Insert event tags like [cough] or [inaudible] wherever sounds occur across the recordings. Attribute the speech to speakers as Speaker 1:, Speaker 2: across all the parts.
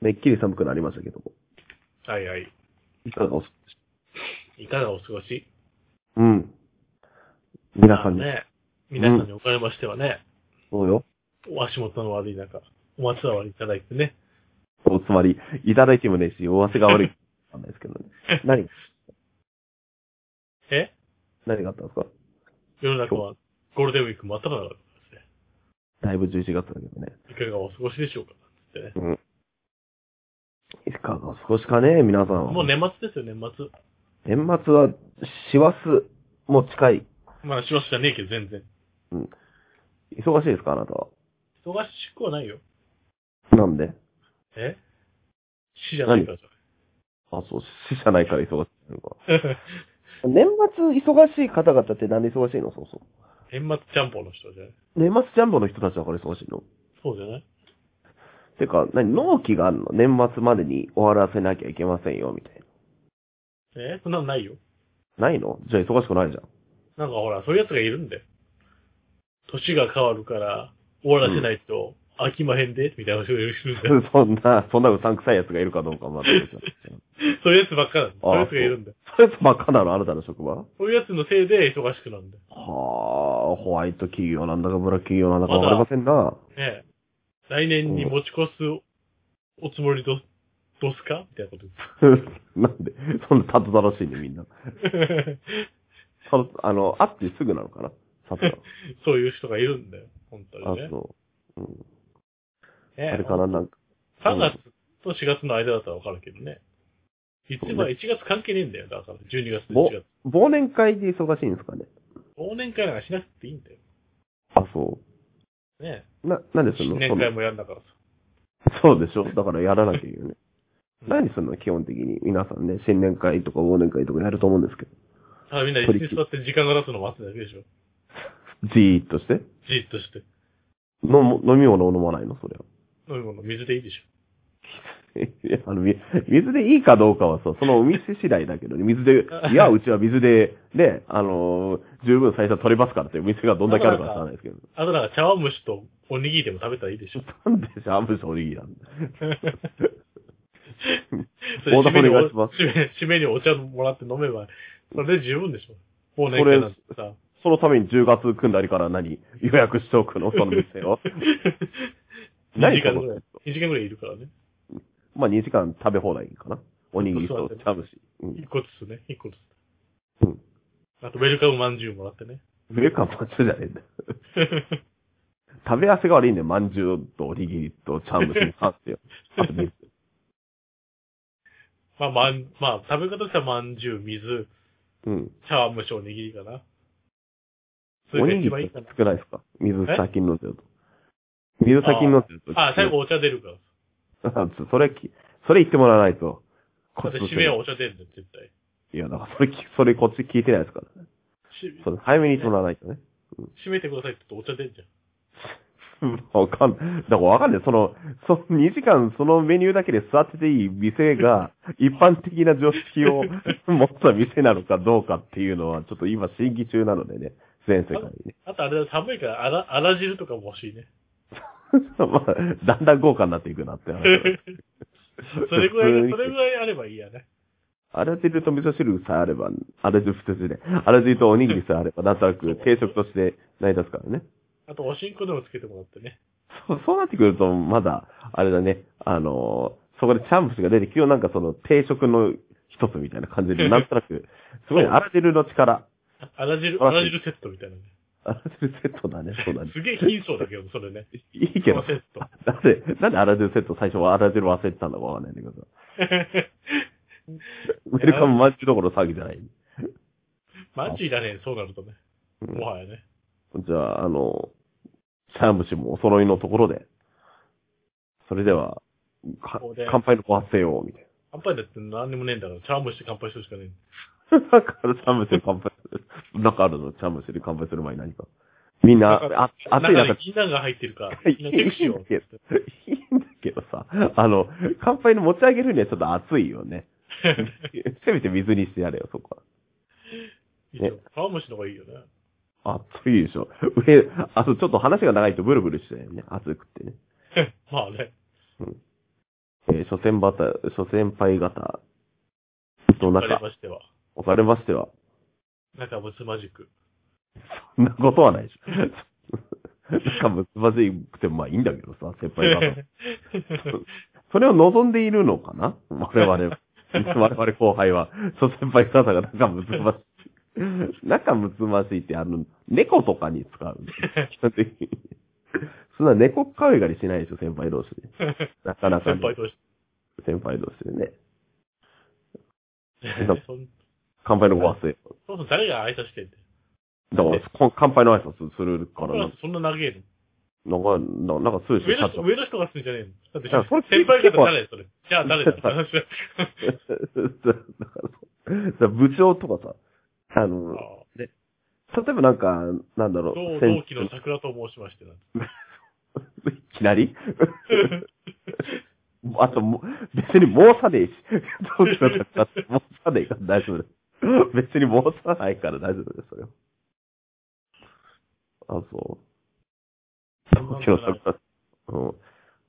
Speaker 1: めっきり寒くなりましたけども。
Speaker 2: はいはい。
Speaker 1: いかがお過ごし
Speaker 2: いかがお過ごし
Speaker 1: うん。皆さんに、
Speaker 2: ね。皆さんにおかれましてはね、
Speaker 1: そうよ。
Speaker 2: お足元の悪い中、お集まりいただいてね。
Speaker 1: おつまり、いただいてもねえし、おわせが悪い。なんです [laughs] けどね。何、
Speaker 2: え
Speaker 1: 何があったんですか
Speaker 2: 世の中はゴールデンウィーク真っ只中ですね。
Speaker 1: だいぶ11月だけどね。
Speaker 2: いかがお過ごしでしょうかってね。
Speaker 1: いかがお過ごしかね、皆さんは。
Speaker 2: もう年末ですよ、年末。
Speaker 1: 年末は、師走も近い。
Speaker 2: まあ、しますじゃねえけど、全然。
Speaker 1: 忙しいですか、あなたは。
Speaker 2: 忙しくはないよ。
Speaker 1: なんで
Speaker 2: え死じゃないからじ
Speaker 1: あ、そう、死じゃないから忙しいのか。
Speaker 2: ゃない。
Speaker 1: 年末忙しい方々って何で忙しいのそうそう。
Speaker 2: [laughs] 年末ちゃんぽんの人じゃない
Speaker 1: 年末ジャンボの人たちだから忙しいの
Speaker 2: そうじゃない
Speaker 1: てか、何、納期があるの年末までに終わらせなきゃいけませんよ、みたい
Speaker 2: えそんなのないよ。
Speaker 1: な。ないのじゃあ忙しくないじゃん。
Speaker 2: なんかほら、そういう奴がいるんで。年が変わるから、終わらせないと、飽きまへんで、みたいな人がいるんだよ。
Speaker 1: そん [laughs] な、そんなうさんくさいやつがいるかどうかまだ別だけど
Speaker 2: [laughs] そういう奴ばっかなんだ。そういう奴がいるんだよ。
Speaker 1: それと真っ赤なのあなたの職場は
Speaker 2: そういう奴のせいで忙しくなるんだよ。
Speaker 1: あ、ホワイト企業なんだかブラック企業なんだかわかりませんな。
Speaker 2: ねえ。来年に持ち越すおつもりど、どすかみたいなこと
Speaker 1: [laughs] なんで、そんなたどたどしいね、みんな。
Speaker 2: 言って。
Speaker 1: たどあの、会ってすぐなのかなさては
Speaker 2: [laughs] そういう人がいるんだよ。本当に
Speaker 1: あ、
Speaker 2: ね。
Speaker 1: そう。うん。
Speaker 2: ね
Speaker 1: あれかな、なんか。
Speaker 2: 3月と4月の間だったらわかるけどね。いつも1月関係ねえんだよ。だから、12月と1月。
Speaker 1: 忘年会で忙しいんですかね
Speaker 2: 忘年会なんかしなくていいんだよ。
Speaker 1: あ、そ
Speaker 2: ね
Speaker 1: う。な、なん
Speaker 2: え。
Speaker 1: でするの
Speaker 2: 新年会もやんだからさ。
Speaker 1: [laughs] そのそうでしょだからやらなきゃいけないね。
Speaker 2: うん
Speaker 1: 何するの基本的に。皆さんね、新年会とか忘年会とかやると思うんですけど。
Speaker 2: ただみんな椅子に座って時間が経つの待つだけでしょ。
Speaker 1: じーっとして。
Speaker 2: じーっとして。
Speaker 1: 飲む飲み物を飲まないのそれは。 [laughs]
Speaker 2: 飲み物、水でいいでし
Speaker 1: いやあの、み水でいいかどうかはさ、そのお店次第だけどね、水で、い [laughs] や、うちは水で、ね、あのー十分最初取れますからって、お店がどんだけあるか知らないですけど。
Speaker 2: ょ。あとなんか茶碗蒸しとおにぎりでも食べたらいいでしょ。
Speaker 1: なんでしゃぶしおにぎりなんだ。 [laughs]
Speaker 2: それ
Speaker 1: オーダーお願いします
Speaker 2: 締めにお締めにお茶もらって飲めば、それで十分でしょ。忘年
Speaker 1: それ
Speaker 2: 会なんてさ。
Speaker 1: そのために10月組んだりから何予約しておくのその店
Speaker 2: [laughs]
Speaker 1: を。
Speaker 2: 2
Speaker 1: 何
Speaker 2: 時
Speaker 1: そ
Speaker 2: 間
Speaker 1: の
Speaker 2: ぐらい、2時間ぐらいいるからね。
Speaker 1: まあ2時間食べ放題かな。おにぎりと茶蒸し。うん。
Speaker 2: 1個ずつね、1個ずつ。
Speaker 1: うん
Speaker 2: あと、ウェルカムまんじゅうもらってね。
Speaker 1: ウェルカムパンチじゃねえんだ [laughs] よ。食べ合わせが悪いんで、まんじゅうとおにぎりと茶蒸しにあってよ。 [laughs] あと水
Speaker 2: [laughs] まあ、まん、まあ、食べ方としてはまんじゅう、水、
Speaker 1: うん。
Speaker 2: 茶碗蒸し、おにぎりかな。そ
Speaker 1: お
Speaker 2: れ
Speaker 1: に
Speaker 2: が
Speaker 1: ぎり
Speaker 2: 一番いい
Speaker 1: っ
Speaker 2: かな
Speaker 1: て。少ないですか水先に飲んじゃうと。水先に飲んじゃうと。
Speaker 2: あ、最後お茶出るから。
Speaker 1: 後。 [laughs] それき、それ言ってもらわないと。
Speaker 2: だって締めはお茶出るんだよ、絶対。
Speaker 1: いや、だからそれき、それこっち聞いてないですからね。
Speaker 2: し
Speaker 1: それ早めに言ってもらわないとね。
Speaker 2: 締めてくださいって言ってお茶出るじゃん。
Speaker 1: わかん、だからわかんない。その、その2時間そのメニューだけで座ってていい店
Speaker 2: [laughs]
Speaker 1: が、一般的な常識を [laughs] 持った店なのかどうかっていうのは、ちょっと今審議中なのでね、全世界に
Speaker 2: [laughs]
Speaker 1: ね。
Speaker 2: あとあれだ、寒いから、あら、あら汁とかも欲しいね。
Speaker 1: まあ、だんだん豪華になっていくなって話。
Speaker 2: [laughs] それぐら
Speaker 1: 普通
Speaker 2: い、
Speaker 1: に
Speaker 2: それぐらいあればいいやね。
Speaker 1: あら汁と味噌汁さえあれば、あら汁普通で、あら汁とおにぎりさえあれば、なんとなく定食として成り立つからね。
Speaker 2: あと、おしんこでもつけてもらってね。
Speaker 1: そうそうなってくると、まだ、あれだね、あのーそこでチャンプスが出てきて、なんかその定食の一つみたいな感じ
Speaker 2: [laughs]
Speaker 1: で、なんとなく、すごいあら汁の力。
Speaker 2: あら汁、
Speaker 1: あ
Speaker 2: あ
Speaker 1: ら
Speaker 2: ら
Speaker 1: 汁
Speaker 2: 汁セットみたいなね。
Speaker 1: あら汁セットだね、そうだね。
Speaker 2: すげえ貧相だけど、それね。
Speaker 1: いいけど
Speaker 2: そのセッ、ト [laughs]
Speaker 1: なんで、なんであら汁セット最初はあら汁忘れてたのかわかんないんだけどさ。ウェルカムマッチどころ騒ぎじゃない。
Speaker 2: マジいらねえ、そうなるとね。
Speaker 1: うん
Speaker 2: もはやね。
Speaker 1: じゃあ、あの、チャーム氏もお揃いのところで、それでは、か
Speaker 2: ここで
Speaker 1: 乾杯のご発声を、みたい
Speaker 2: 乾杯だって何にもねえんだから、茶碗蒸しで乾杯するしかね
Speaker 1: [laughs] な。だからチャーム氏で乾杯する。なんかあるのチャーム氏で乾杯する前に何か。みんな、
Speaker 2: なん
Speaker 1: あ、
Speaker 2: え。
Speaker 1: 暑い
Speaker 2: 中
Speaker 1: 中
Speaker 2: に、銀杏が入ってるから、
Speaker 1: い
Speaker 2: みんなチェックしようっつって。
Speaker 1: いいんだけどさ、あの、乾杯の持ち上げるにはちょっと熱いよ [laughs] ね。せめて水にしてやれよ、そこ
Speaker 2: [laughs] いいよ茶碗蒸しの方がいいよね。 [laughs]
Speaker 1: は。熱いでしょ。上、あとちょっと話が長いとブルブルしてよね。熱くってね。
Speaker 2: まあね。
Speaker 1: えー諸先輩方、諸先輩方の
Speaker 2: わかり
Speaker 1: 中、
Speaker 2: ましては。
Speaker 1: おかれましては、
Speaker 2: 仲睦まじく。
Speaker 1: そんなこと [laughs] はないでしょ。なんか難しくてもまあいいんだけどさ、先輩方。
Speaker 2: [laughs]
Speaker 1: それを望んでいるのかな我々、我々後輩は、諸先輩方が仲睦ましい。仲睦ましいってあの、猫とかに使う。基本的に。そんな猫かわいがりしないでしょ、先輩同士で。なかなか
Speaker 2: 先
Speaker 1: ね、
Speaker 2: 輩として
Speaker 1: 先輩同士でね。
Speaker 2: ね。そん
Speaker 1: 乾杯のご発声。
Speaker 2: そもそも誰が挨拶してんだよ。
Speaker 1: だからこ、乾杯の挨拶するか
Speaker 2: そ
Speaker 1: ら
Speaker 2: ん
Speaker 1: な
Speaker 2: な、そんな長えの。
Speaker 1: なんか、ななんか、すぐ
Speaker 2: 上の
Speaker 1: 社
Speaker 2: 人、
Speaker 1: 長。
Speaker 2: 上の人がするんじゃねえの。だって
Speaker 1: いやそれ
Speaker 2: 先輩方誰それ。じゃあ誰だって話だ。
Speaker 1: [laughs] だからそうだから部長とかさ、あの、例えばなんか、なんだろう、
Speaker 2: 同
Speaker 1: 先
Speaker 2: 同期の桜と申しまして
Speaker 1: [laughs]
Speaker 2: な。
Speaker 1: いきなりあとも、別に申さねえし。 [laughs] どうしたかって申さねえから大丈夫です。別に申さないから大丈夫です、それは。あ、そう。
Speaker 2: そんな
Speaker 1: も
Speaker 2: ん
Speaker 1: ち
Speaker 2: じ
Speaker 1: ろ
Speaker 2: ゃ
Speaker 1: ん
Speaker 2: ない
Speaker 1: う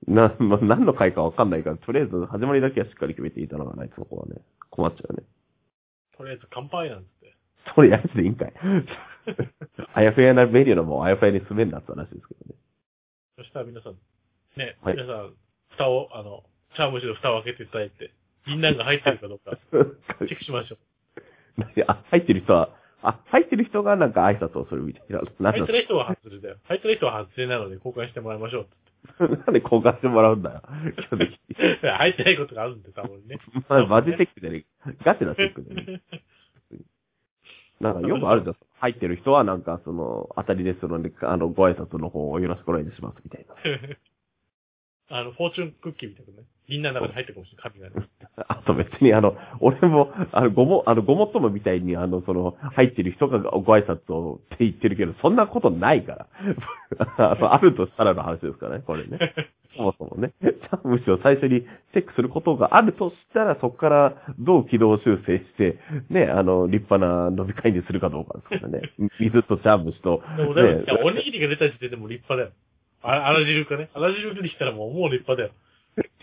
Speaker 1: ん。な、 [laughs] ま、何の回かわかんないから、とりあえず始まりだけはしっかり決めていただかないと、そこはね、困っちゃうね。
Speaker 2: とりあえず乾杯なんつって。
Speaker 1: それやつでいいんか [laughs] い。あやふやなメニューのもあやふやに住めんなって話ですけどね。
Speaker 2: そしたら皆さん、ね、
Speaker 1: はい
Speaker 2: 皆さん、蓋を、あの、チャームシの蓋を開けていただいて、銀杏が入ってるかどうか、チェックしましょう。
Speaker 1: [laughs] あ、入ってる人は、あ、入ってる人がなんか挨拶をするみたいな。なん
Speaker 2: 入っ
Speaker 1: だ
Speaker 2: てる人は外れだよ。入ってる人は外れなので交換してもらいましょう。
Speaker 1: [laughs] なんで交換してもらうんだよ。今日で [laughs]
Speaker 2: 入ってないことがあるんで、多分ね。
Speaker 1: まあ、マジチェックじゃねえ。ガチなチェックじゃねえ。なんかよくあるじゃん。入ってる人はなんかその、当たりですので、あの、ご挨拶の方をよろしくお願いしますみたいな。
Speaker 2: [laughs] あの、フォーチュンクッキーみたいなね。銀杏の中に入ってるかもしれない。紙がね。
Speaker 1: あと別にあの、俺も、あの、ごも、あの、ごもっともみたいにあの、その、入ってる人がご挨拶をって言ってるけど、そんなことない [laughs] から。あのあるとしたらの話ですからね、これ [laughs] ね。そもそもね。チャームシを最初にチェックすることがあるとしたら、そこからどう軌道修正して、ね、あの、立派な飲み会にするかどうかですから
Speaker 2: [laughs]
Speaker 1: ね。水とチャームシと、
Speaker 2: でもだいぶ
Speaker 1: ね
Speaker 2: いや、おにぎりが出た時点でもう立派だよ。ああら汁かね。あら汁出てきたらもう、もう立派だよ。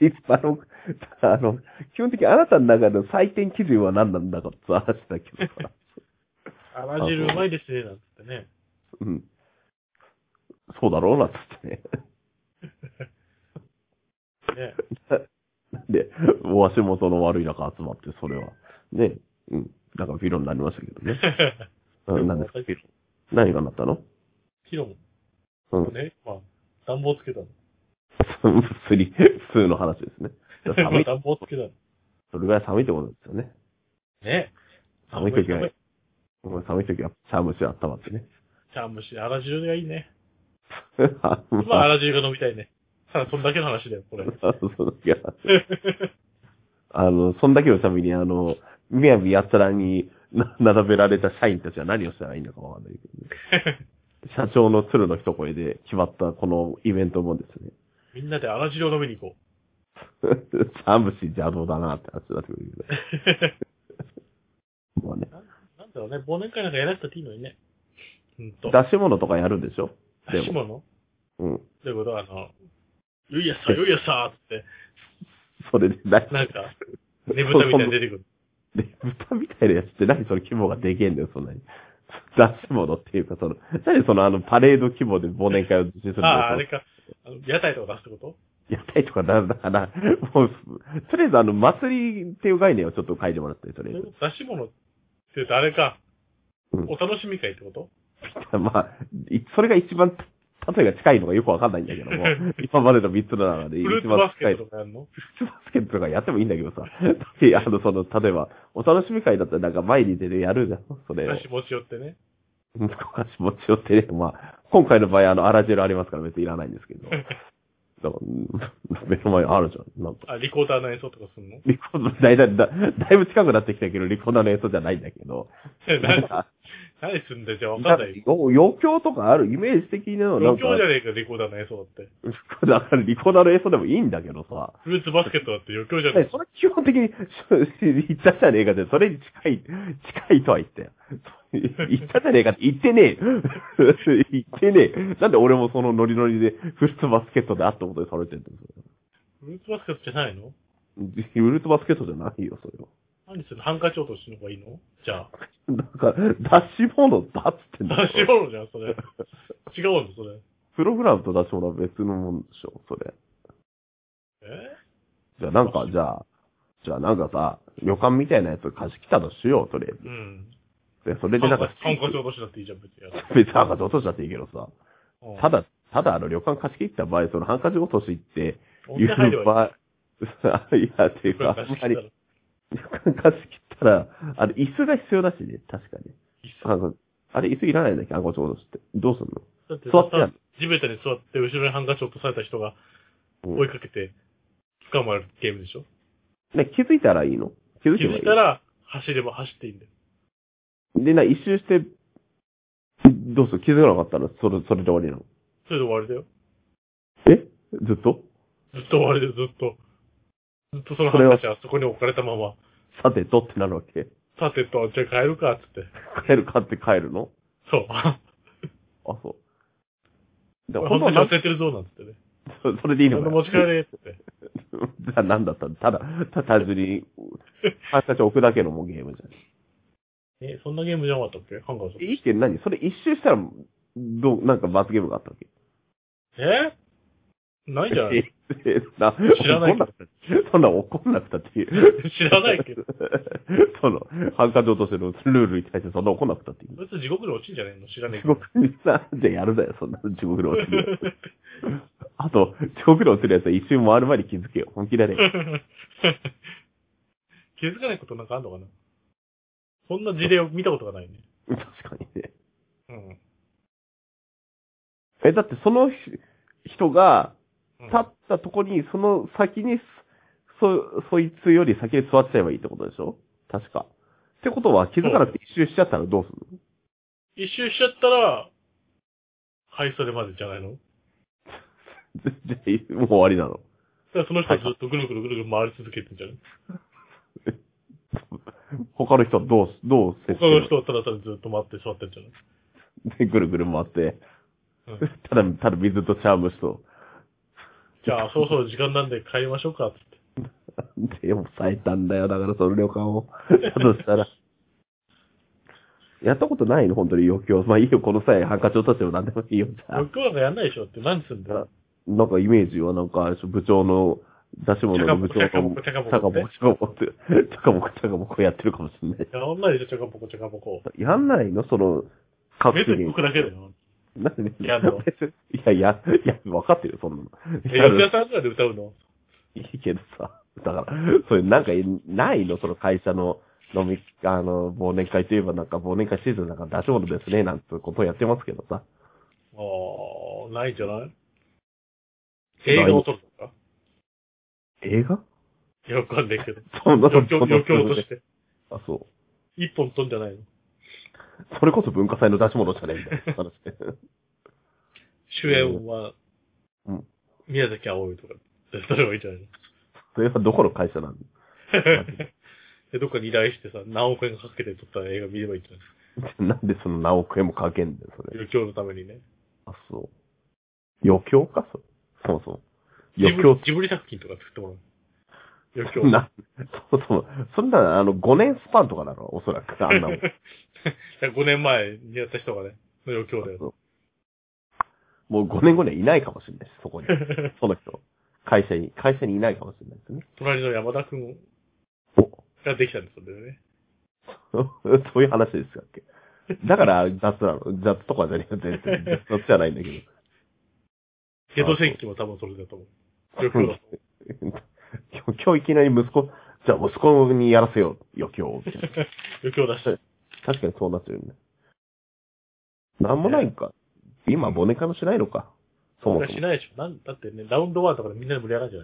Speaker 1: 立派の、 [laughs] あの、基本的にあなたの中の採点基準は何なんだかって話だけ
Speaker 2: [laughs]
Speaker 1: どさ。
Speaker 2: あら汁うまいですね、なんつってね。
Speaker 1: うん。そうだろうな、つってね。 [laughs]
Speaker 2: ね。
Speaker 1: で、お足元の悪い中集まって、それは。ね、うん。なんか、フィロになりましたけどね。うん、何です
Speaker 2: [laughs]
Speaker 1: か、フィロ。何がなったの
Speaker 2: キロも
Speaker 1: うん。
Speaker 2: ね、まあ、暖房つけたの。
Speaker 1: 普通に、普通の話
Speaker 2: [laughs]
Speaker 1: ですね。 [laughs] 寒い、
Speaker 2: 暖房つけたの。
Speaker 1: それぐらい寒いってことですよね。
Speaker 2: ね。
Speaker 1: 寒い時は、寒い時は、シャムシあったまってね。
Speaker 2: チャームシ、あら汁がいいね。今、あ
Speaker 1: まあ、
Speaker 2: ら汁が飲みたいね。ただ、そんだけの話だよ、
Speaker 1: [laughs]
Speaker 2: これ。 [laughs]
Speaker 1: その時はあの、そんだけのために、あの、みやびやたらにな並べられた社員たちは何をしたらいいのかわかんないけどね。社長の鶴の一声で決まったこのイベントもですね。 [laughs]
Speaker 2: みんなであら汁を飲みに行こう。
Speaker 1: サムシ邪道だなって話だけどね。まあね。
Speaker 2: なんだろうね、忘年会なんかやらせたっていいのにね。うんと。
Speaker 1: 出し物とかやるんでしょ
Speaker 2: 出し物
Speaker 1: うん。
Speaker 2: ということは、あの、よいやさ、よいやさーって、
Speaker 1: それで、な
Speaker 2: なんか、ねぶたみたいに出てく
Speaker 1: [laughs]
Speaker 2: る。
Speaker 1: で、豚みたいなやつって何その規模がでけえんだよ、そんなに。 [laughs] 出し物っていうか、その、何そのあのパレード規模で忘年会を実施するんだ
Speaker 2: あ
Speaker 1: よ
Speaker 2: あ、あれか、あの屋台とか出すってこ
Speaker 1: やったりとかなん [laughs] だから、もう、とりあえずあの、祭りっていう概念をちょっと書いてもらって、と
Speaker 2: と
Speaker 1: りあえず。
Speaker 2: 出し物って言うとあれか
Speaker 1: うん、
Speaker 2: お楽しみ会ってこと
Speaker 1: [laughs] まあ、いそれが一番、例えが近いのがよくわかんないんだけども、今までの3つの中で
Speaker 2: フ
Speaker 1: 一
Speaker 2: ルーツ
Speaker 1: 番
Speaker 2: バスケ
Speaker 1: 近い
Speaker 2: ッ。トとかやるの
Speaker 1: バスケットとかやってもいいんだけどさ。 [laughs] であの、その、例えば、お楽しみ会だったらなんか前に出てやるじゃん。それを
Speaker 2: 出。し持ち寄ってね。
Speaker 1: うん [laughs] 少し持ち寄ってね。まあ、今回の場合、あの、アラジェルありますから別にいらないんですけど。だからうん、目の [laughs] 前にあるじゃん。なんか。
Speaker 2: [laughs] あ、リコーダーの演奏とかすん
Speaker 1: [laughs]
Speaker 2: の
Speaker 1: リコーダー、だいだいだいぶ近くなってきたけど、リコーダーの演奏じゃないんだけど。なん
Speaker 2: 何
Speaker 1: か、
Speaker 2: 何すんだよじゃあわか
Speaker 1: なん
Speaker 2: ん
Speaker 1: か
Speaker 2: ないよ。
Speaker 1: 余興とかあるイメージ的なのなんか
Speaker 2: 東京じゃねえか、リコーダーの演奏だって。
Speaker 1: [laughs] だからリコーダーの演奏でもいいんだけどさ。
Speaker 2: フルーツバスケットだって余興じ
Speaker 1: [laughs]
Speaker 2: ゃ
Speaker 1: ね
Speaker 2: ね
Speaker 1: それ基本的に、言ったじゃねえかって、それに近い、近いとは言ったよ。言ったじゃねえかって言ってねえよ。言ってねえ。なんで俺もそのノリノリで、フルーツバスケットであったことにされてるんだよ。
Speaker 2: え。フルーツバスケットじゃないの
Speaker 1: ウルトバスケットじゃないよ、それは。
Speaker 2: 何するのハンカチ落としの方がいいのじゃあ。
Speaker 1: だから、出し物だっつってんだ
Speaker 2: 出し物じゃん、それ。違うの、それ。
Speaker 1: プログラムと出し物は別のもんでしょ、それ。
Speaker 2: え
Speaker 1: じゃあなんか、じゃあ、じゃあなんかさ、旅館みたいなやつ貸し切ったとしよう、とりあ
Speaker 2: うん。
Speaker 1: えず。で、それでなんか、
Speaker 2: ハンカチ落としだっていいじゃん、別に。
Speaker 1: 別にハンカチ落としちゃっていいけどさ。
Speaker 2: うん
Speaker 1: た、だ、ただあの旅館貸し切った場合、そのハンカチ落としって、
Speaker 2: お店入ればいい。
Speaker 1: 場合、 [laughs] いや、っていうか、あんまり、旅館貸し切ったら、あの、椅子が必要だしね、確かに。あのあれ、椅子いらないんだっけハンカチ落としって。どうすんの
Speaker 2: だって、
Speaker 1: 座ってやる
Speaker 2: 地べたに座って、後ろにハンカチ落とされた人が
Speaker 1: うん
Speaker 2: 追いかけて、捕まえるゲームでしょ
Speaker 1: ね、気づいたらいいの気づ
Speaker 2: 気
Speaker 1: けばい
Speaker 2: づ
Speaker 1: い
Speaker 2: いたら、走れば走っていいんだよ。
Speaker 1: で、な、一周して、どうする気づかなかったら、それ、それで終わりなの
Speaker 2: それで終わりだよ。
Speaker 1: えずっと
Speaker 2: ずっと終わりだよ、ずっと。ずっとそのハ
Speaker 1: それ
Speaker 2: ン
Speaker 1: は
Speaker 2: カチはそこに置かれたまま、
Speaker 1: さてとってなるわけ。
Speaker 2: さてと、じゃあ帰るか、つって。
Speaker 1: 帰るかって帰るの
Speaker 2: そう。
Speaker 1: あ、そう。 [laughs] で、
Speaker 2: 俺
Speaker 1: 本
Speaker 2: 本
Speaker 1: 当は
Speaker 2: 当に
Speaker 1: なん
Speaker 2: 忘れてるぞ、なんつってね。
Speaker 1: そそれでいいのか
Speaker 2: 俺
Speaker 1: な
Speaker 2: 持ち帰れ、っつって。
Speaker 1: じ [laughs] ゃあ何だったのただ、た単純に、ハンカチ置くだけのもうゲームじゃ
Speaker 2: え、そんなゲームじゃなかったっけハンガーさん
Speaker 1: ん。いいけど何それ一周したら、どう、なんか罰ゲームがあったわけ
Speaker 2: えないんじゃない
Speaker 1: [laughs] えな
Speaker 2: 知らない
Speaker 1: 怒んくたそんな怒んなくたっていう。 [laughs]
Speaker 2: 知らないけど。
Speaker 1: その、ハンカチ落としてるルールに対してそんな怒んなくたっていい。
Speaker 2: 別に地獄に落ちんじゃねえの知らねえ
Speaker 1: 地
Speaker 2: けど。
Speaker 1: 獄にさ、じゃあやるだよ、そんな地獄に落ちる。あと、地獄に落ちるやつは一周回る前に気づけよ。本気だね。
Speaker 2: 気づかないことなんかあんのかなそんな事例を見たことがないね。
Speaker 1: 確かにね。
Speaker 2: うん。
Speaker 1: え、だってそのひ人が、
Speaker 2: うん
Speaker 1: 立ったとこに、その先にす、そ、そいつより先に座っちゃえばいいってことでしょ確か。ってことは、気づかなくて一周しちゃったらどうするの
Speaker 2: 一周しちゃったら、はい、それまでじゃないのだ
Speaker 1: じゃあもう終わりなの。
Speaker 2: からその人はずっとぐるぐるぐるぐる回り続けてんじゃない
Speaker 1: 他の人はどう、どう接す
Speaker 2: 他の
Speaker 1: る
Speaker 2: 人はただただずっと回って座ってんじゃない
Speaker 1: で、ぐるぐる回って、
Speaker 2: うん
Speaker 1: ただ、ただ水と茶虫と、 [laughs]
Speaker 2: じゃあ、そろそろ時間なんで帰りましょうか、つって。
Speaker 1: でも最短だよ、だからその旅館を。だとしたら。やったことないの本当に余興。まあいいよ、この際、ハンカチ落としても何でもいいよ、じゃあ
Speaker 2: 僕はやんないでしょって何すんだよ。
Speaker 1: なんかイメージはなんかあれでしょ、部長の、出し物の部長
Speaker 2: チャカボ
Speaker 1: の
Speaker 2: コ、チャカボコ
Speaker 1: チャカボコ、チャカボコって、チャカボコ、チャカボコやってるかもしれない。
Speaker 2: やんないでしょ、ちゃかぼこちゃかぼこ。
Speaker 1: やんないのその、各
Speaker 2: 別
Speaker 1: 資
Speaker 2: に僕だけだよ。
Speaker 1: なんで
Speaker 2: やんの
Speaker 1: 別にいや、いや、いや、わかってるよ、そんなの。
Speaker 2: え、
Speaker 1: や
Speaker 2: 吉
Speaker 1: る
Speaker 2: 田さんとかで歌うの
Speaker 1: いいけどさ。だから、それなんか、ないのその会社の飲み、あの、忘年会といえばなんか忘年会シーズンなんか出し物ですね、なんてことをやってますけどさ。
Speaker 2: ああ、ないんじゃない映画を撮るとか
Speaker 1: 映画
Speaker 2: いや、わかんないけど。
Speaker 1: そんな。
Speaker 2: 余興、余興としてて。
Speaker 1: あ、そう。
Speaker 2: 一本撮んじゃないの
Speaker 1: それこそ文化祭の出し物じゃねえんだよ、話で。
Speaker 2: 主演は
Speaker 1: うん、
Speaker 2: 宮崎葵とか、それはいいんじゃないの
Speaker 1: それはどこの会社なの
Speaker 2: [laughs] でどっかに依頼してさ、何億円かけて撮った映画見ればいいんじゃない
Speaker 1: [laughs] なんでその何億円もかけんだよ、それ。
Speaker 2: 余興のためにね。
Speaker 1: あ、そう。余興か、それ。そもそも。
Speaker 2: ジブ
Speaker 1: 余
Speaker 2: リ
Speaker 1: 興、
Speaker 2: ジブリ作品とか作ってもらう。余興。 [laughs]
Speaker 1: な、そもそも、そんな、あの、5年スパンとかなの、おそらく、あんなもん。
Speaker 2: 5年前にやった人がね、の余興だ
Speaker 1: [laughs]
Speaker 2: よ。
Speaker 1: そうもう5年後にはいないかもしれないし、そこに。その人。会社に、会社にいないかもしれないですね。
Speaker 2: 隣の山田くんができたんですよね。
Speaker 1: お [laughs] そういう話ですかっけ。だから雑なの。雑とかじゃねえよ、全然。雑じゃないんだけど。
Speaker 2: ゲド戦記も多分それだと思う。余興だと思う。
Speaker 1: 今日、今日いきなり息子、じゃあ息子にやらせよう、余興。みたいな
Speaker 2: 余興出して。
Speaker 1: 確かにそうなっちゃうよね。なんもないんか。今、忘年会もしないのか。そも
Speaker 2: しないでしょ。なんだってね、ラウンドワンとかでみんなで盛り上がるんじゃ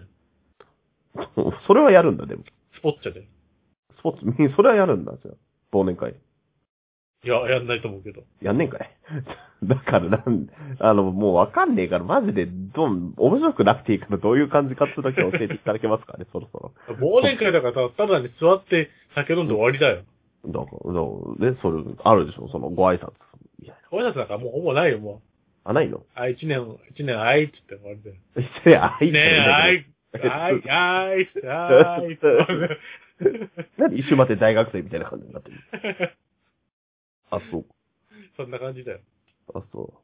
Speaker 2: ない
Speaker 1: そも。 [laughs] それはやるんだ、でも。
Speaker 2: スポッチャで。
Speaker 1: スポーツ、 [laughs] みそれはやるんだ、じゃあ。忘年会。
Speaker 2: いや、やんないと思うけど。
Speaker 1: やんねんかい。 [laughs] だから、なん、あの、もうわかんねえから、マジで、どん、面白くなくていいから、どういう感じかっていうだけ教えていただけますかね、そろそろ。
Speaker 2: 忘年会だからさ、た [laughs] だに座って酒飲んで終わりだよ。
Speaker 1: だから、どう、ね、それ、あるでしょ、その、ご挨拶。みたいな。
Speaker 2: 俺たちなんかもうほぼないよ、も
Speaker 1: あ、ないの [laughs]
Speaker 2: う。あ、一年、一年あいっつって終わりだよ。
Speaker 1: いや、あい
Speaker 2: ねえ、あいっはい、はい、はい。
Speaker 1: [laughs] なんで一周待って大学生みたいな感じになってるあ、そう。
Speaker 2: [laughs] そんな感じだよ。
Speaker 1: あ、そ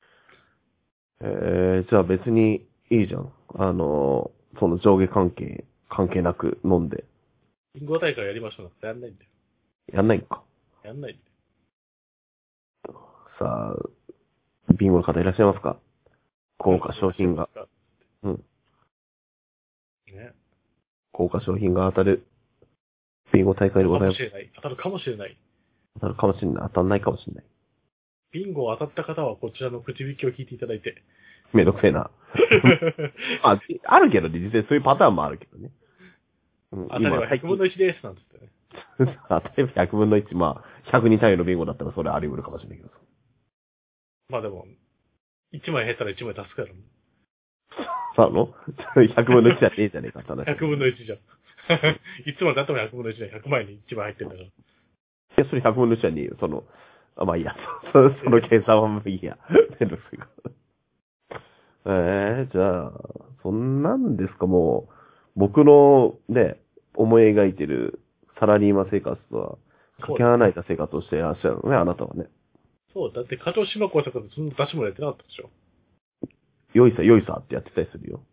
Speaker 1: う。えー、じゃあ別にいいじゃん。あのー、その上下関係、関係なく飲んで。
Speaker 2: ビンゴ大会やりましょうなんてやんないんだよ。
Speaker 1: やんないんか。
Speaker 2: やんないんだよ。
Speaker 1: さあ、ビンゴの方いらっしゃいますか豪華商品が、。うん。
Speaker 2: ね。
Speaker 1: 豪華商品が当たる、ビンゴ大会でご
Speaker 2: 当た
Speaker 1: ざいます
Speaker 2: るかもし。れない。当たるかもしれない。
Speaker 1: 当たるかもしれない。当たんないかもしれない。
Speaker 2: ビンゴ当たった方はこちらのくじ引きを聞いていただ
Speaker 1: [laughs]
Speaker 2: いて。
Speaker 1: めんどくせえな。あ、あるけどね、実際そういうパターンもあるけどね。うん
Speaker 2: 当たれば100分の1です。なんつってね。
Speaker 1: [laughs] 当たれば100分の1、まあ、100に単位のビンゴだったらそれあり得るかもしれないけどさ。
Speaker 2: まあでも、1枚減ったら1枚足すから。
Speaker 1: そうなの [laughs] ?100 分の1じゃねえじゃねえかって話。
Speaker 2: 100分の1じゃん。 [laughs] いつまで経っても100分の1だよ。100枚に1枚入ってんだから。
Speaker 1: いや、それ100分の1じゃねえよ、その、あ、まあいいや、 [laughs] そその計算はもういいや。 [laughs] めんどくせえから。えー、じゃあ、そんなんですか、もう、僕のね、思い描いてるサラリーマン生活とは、かけ離れた生活をしていらっしゃるのね、あなたはね。
Speaker 2: そう、だって課長島子さんからそんな出しもやってなかったでしょ。
Speaker 1: よいさ、よいさってやってたりするよ。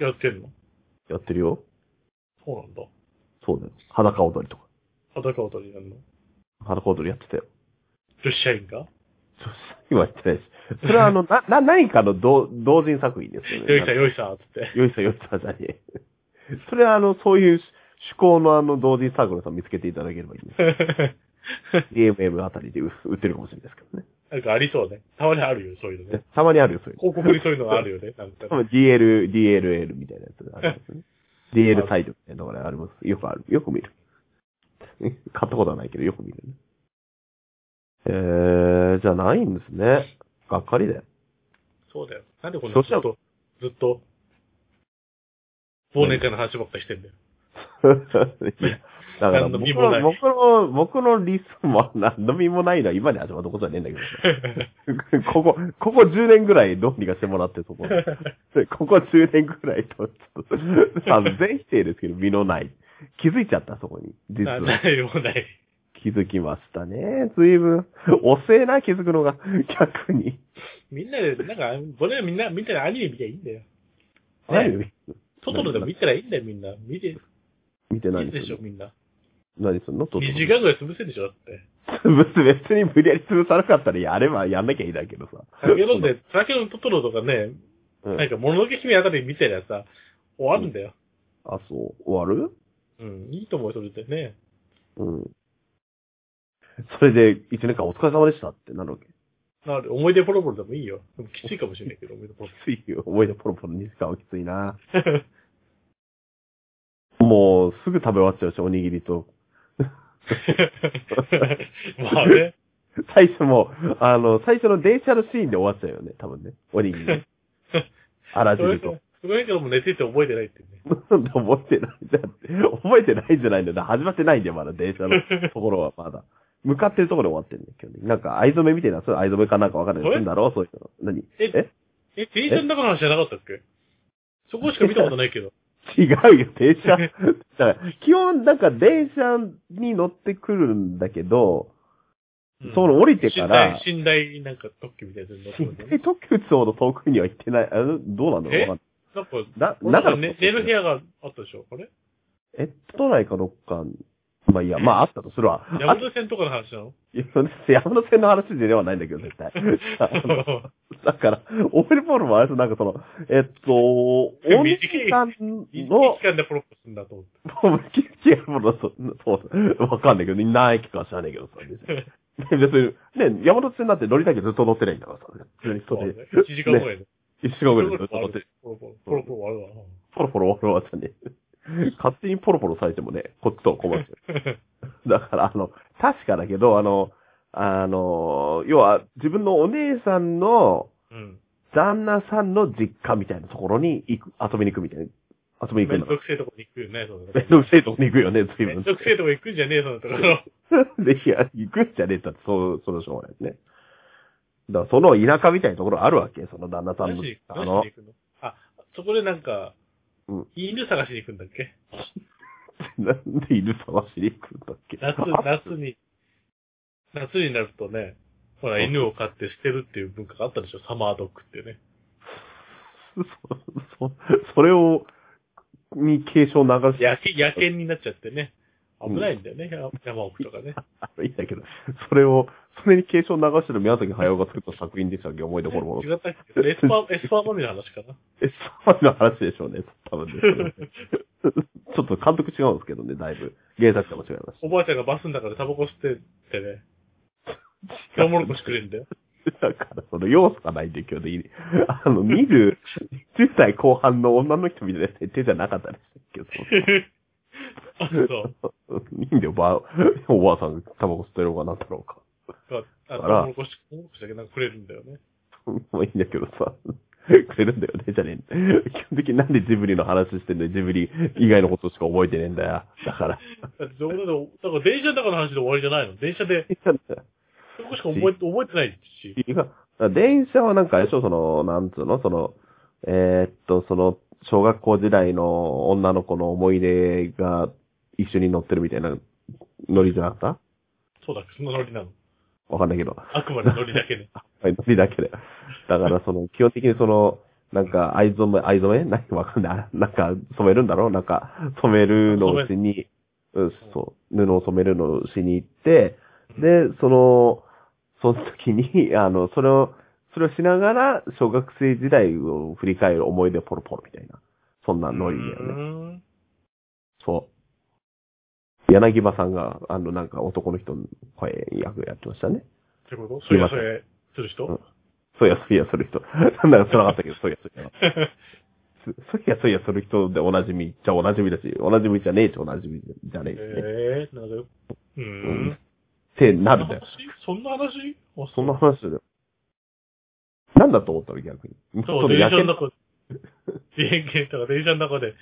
Speaker 2: やってんの
Speaker 1: やってるよ。
Speaker 2: そうなんだ。
Speaker 1: そうだよ。裸踊りとか。
Speaker 2: 裸踊りやんの
Speaker 1: 裸踊りやってたよ。 [laughs]
Speaker 2: 女子社員が
Speaker 1: そう今言ってないし。それはあの、な、な、何かの同、同人作品ですよね。
Speaker 2: よいさん、よいさん、つって。
Speaker 1: よいさよいさじゃね [laughs] え。それはあの、そういう趣向のあの、同時サークルさん見つけていただければいいね。DMM あたりで売ってるかもしれないですけどね。
Speaker 2: [laughs] なんかありそうね。たまにあるよ、そういうのね。
Speaker 1: たまにあるよ、そういうの。
Speaker 2: 広告にそういうのがあるよね。なんか
Speaker 1: [laughs] 多。分 DL、DLL みたいなやつがありますね。DL サイドみたいなのがあります。よくある。よく見る。 [laughs] 買ったことはないけど、よく見るね。えー、じゃあないんですね。がっかりだよ。
Speaker 2: そうだよ。なんでこん
Speaker 1: そ
Speaker 2: な
Speaker 1: うし
Speaker 2: ず
Speaker 1: たら
Speaker 2: っと、ずっと、忘年会の話ばっかりしてんだよ。
Speaker 1: [laughs] いや、だから
Speaker 2: 何の
Speaker 1: 僕
Speaker 2: 身も
Speaker 1: の、
Speaker 2: ない
Speaker 1: 僕の、僕の理想も何の身もないのは今に始まったことじゃねえんだけ [laughs] ど。ここ、ここ10年ぐらいどうにかしてもらって、そこ。
Speaker 2: [laughs]
Speaker 1: ここ10年ぐらいと、ちょっと、あの、全否定ですけど、身のない。気づいちゃった、そこに。実
Speaker 2: な
Speaker 1: は。
Speaker 2: ないもない。
Speaker 1: 気づきましたね。随分。遅えな、気づくのが。逆に。
Speaker 2: みんなで、なんか、これみんな、みんなでアニメ見りゃいいんだよ。
Speaker 1: 何
Speaker 2: トトロでも見たらいいんだよ、みんな。見て、
Speaker 1: 見て
Speaker 2: い
Speaker 1: 何す
Speaker 2: いでしょ、
Speaker 1: る
Speaker 2: みんな。
Speaker 1: の何するの
Speaker 2: 2時間ぐらい潰せるでしょ、だって。
Speaker 1: 潰す、別に無理やり潰さなかったらやればやんなきゃいいだけどさ。
Speaker 2: 酒飲んで、酒飲むトトロとかね、
Speaker 1: うん
Speaker 2: なんか、もののけ姫あたり見てりゃさ、終わるんだよ。
Speaker 1: あ、そう。終わる
Speaker 2: うん、いいと思うよ、それでね。
Speaker 1: うん。それで、一年間お疲れ様でしたってなるわけ。
Speaker 2: なる思い出ポロポロでもいいよ。でもきついかもしれないけど、思い出ポロ
Speaker 1: きついよ。思い出ポロポロ2時間はきついな。
Speaker 2: ポロ。
Speaker 1: もう、すぐ食べ終わっちゃうし、おにぎりと。
Speaker 2: [laughs] まあね。
Speaker 1: 最初もう、あの、最初の電車のシーンで終わっちゃうよね、多分ね。おにぎ
Speaker 2: [laughs]
Speaker 1: り。あら
Speaker 2: そ
Speaker 1: 汁
Speaker 2: れ
Speaker 1: と。
Speaker 2: それからもう寝てて覚えてないってね。
Speaker 1: なんで [laughs] 覚えてないんだって。覚えてないんじゃないんだよ。始まってないんだよ、まだ電車のところはまだ。向かってるところで終わってんだよ、基本的になんか、藍染めみたいな、そういう藍染めかなんかわかんない
Speaker 2: え
Speaker 1: するんだろう、そういうの。何
Speaker 2: ええ、電車の中の話じゃなかったっけそこしか見たことないけど。
Speaker 1: 違うよ、電
Speaker 2: [laughs]
Speaker 1: 車。だから、基本、なんか電車に乗ってくるんだけど、
Speaker 2: うん
Speaker 1: その降りてから、
Speaker 2: 寝台、寝台なんか特急みたいなやつに乗って
Speaker 1: 寝
Speaker 2: るの
Speaker 1: 台特急ほど遠くには行ってない、あどうなんだろう
Speaker 2: え
Speaker 1: わかん
Speaker 2: なんか、
Speaker 1: ないな、
Speaker 2: な
Speaker 1: 中
Speaker 2: んか
Speaker 1: の
Speaker 2: 寝寝る部屋があったでしょあれ
Speaker 1: え、都内かどっか、まあいいや、まああったとするわ。あ
Speaker 2: 山手線とかの話なの
Speaker 1: いや山手線の話ではないんだけど、
Speaker 2: [laughs]
Speaker 1: 絶対。あのだから、オールポールもあれですなんかその、えっと、お
Speaker 2: 短い
Speaker 1: 兄さん
Speaker 2: 一
Speaker 1: の
Speaker 2: 期、間でポロッとすんだと思って。
Speaker 1: もう、違うもの、そう、そう [laughs] わかんないけど、何駅か知らないけどさ、で別に、ね、山手線なんて乗りたいけどずっと乗ってないんだからさ、普通にそれ、
Speaker 2: [laughs] 1時間ぐらいで。
Speaker 1: 一週間ぐらいずっと
Speaker 2: ポ
Speaker 1: 乗
Speaker 2: ロ
Speaker 1: って、
Speaker 2: ポロポロあるわ。
Speaker 1: ポロポロポロ終わっちゃね。勝手にポロポロされてもね、こっちとは困っちゃう。だから、あの、確かだけど、あの、あの、要は、自分のお姉さんの、
Speaker 2: [laughs] うん。
Speaker 1: 旦那さんの実家みたいなところに行く、遊びに行くみたいな、遊び
Speaker 2: め
Speaker 1: に行くん
Speaker 2: ん
Speaker 1: だ
Speaker 2: ど
Speaker 1: から。
Speaker 2: くせえとこに行くよね、そう
Speaker 1: [laughs] めんどくせえとこに行くよね、随
Speaker 2: めん
Speaker 1: 分。
Speaker 2: どくせえとこ行くんじゃねえ、そのところ。
Speaker 1: で、いや、行くんじゃねえったって、そう、そのしょうがないですね。だから、その田舎みたいなところあるわけ、その旦那さん
Speaker 2: 何
Speaker 1: の
Speaker 2: しに、
Speaker 1: あ
Speaker 2: 何しに
Speaker 1: の
Speaker 2: 行、くのあ、そこでなんか、
Speaker 1: うん
Speaker 2: 犬探しに行くんだっけ
Speaker 1: なんで犬探しに行くんだっけ
Speaker 2: 夏、
Speaker 1: [laughs]
Speaker 2: 夏に、夏になるとね、ほら、
Speaker 1: うん
Speaker 2: 犬を飼って捨てるっていう文化があったでしょ、サマードッグってね。
Speaker 1: そ、そ、それを、に警鐘流して
Speaker 2: 野犬、野犬になっちゃってね。危ないんだよね、や山奥とかね。
Speaker 1: あのいいんだけど、それを、それに警鐘流してる宮崎駿が作った作品でしたっけ思い出ころもの。
Speaker 2: 違ったっけエスパ
Speaker 1: [laughs]
Speaker 2: ー、エスパーマミの話かな。
Speaker 1: え、そうの話でしょうね、多分ですけどちょっと監督違うんですけどね、だいぶ。原作とも違いまし
Speaker 2: おばあちゃんがバスの中でタバコ吸っててね、
Speaker 1: た。
Speaker 2: トウモロコシくれんだよ。 [laughs]
Speaker 1: だから、その要素がないんで、今日でいい。あの、見る、10代後半の女の人みたいな設定じゃなかったですけど。 [laughs]
Speaker 2: あ、そう。
Speaker 1: いいんだよ、ばあ、おばあさんがタバコ吸ってる方がなんだろうか。
Speaker 2: そうあ、
Speaker 1: あ
Speaker 2: ト
Speaker 1: ら
Speaker 2: ウモロコシ、トウモロコシだけなんかくれるんだよね。
Speaker 1: [laughs] もういいんだけどさ。くれるんだよね、じゃねえんだよ基本的になんでジブリの話してんだよ、ジブリ以外のことしか覚えてねえんだよ。だから。
Speaker 2: だって、どこでも、だから電車の中の話で終わりじゃないの電車で、そこしか覚えて、覚えてないし。
Speaker 1: 違うだから電車はなんかあれでしょ、その、なんつうの、その、えーっと、その、小学校時代の女の子の思い出が一緒に乗ってるみたいなノリじゃなかっ
Speaker 2: そうだっけ、そんなノリなの。
Speaker 1: たわかんないけど。
Speaker 2: あくまでノリだ
Speaker 1: [laughs]
Speaker 2: けね。
Speaker 1: はい、ノリだけで。だから、その、基本的にその、なんか、藍染め、藍染め [laughs] 何わかんない。なんか、染めるんだろうなんか、染めるのをしに、うん、そう、布を染めるのをしに行って、で、その、その時に、あの、それを、それをしながら、小学生時代を振り返る思い出ポロポロみたいな、そんなノリだよね。
Speaker 2: ね。
Speaker 1: そう。柳葉さんが、あの、なんか男の人の声役やってましたね。
Speaker 2: ってことそれやそれする人、
Speaker 1: うんそういや、そういや、そる人。 [laughs] なんだかつらかったけど、そういや、そういや。そそういや、そういや、そる人でおなじみっちゃおなじみだし、おなじみじゃねえっちゃおなじみじゃねえですね。
Speaker 2: ええなんかよ。うーん。
Speaker 1: ってなるんだよ。
Speaker 2: そんな話あ
Speaker 1: そんな話だよ。なんだと思ったの逆に。
Speaker 2: そう、
Speaker 1: そ
Speaker 2: 電
Speaker 1: や
Speaker 2: 車
Speaker 1: け
Speaker 2: の中、電源とか電車の中で、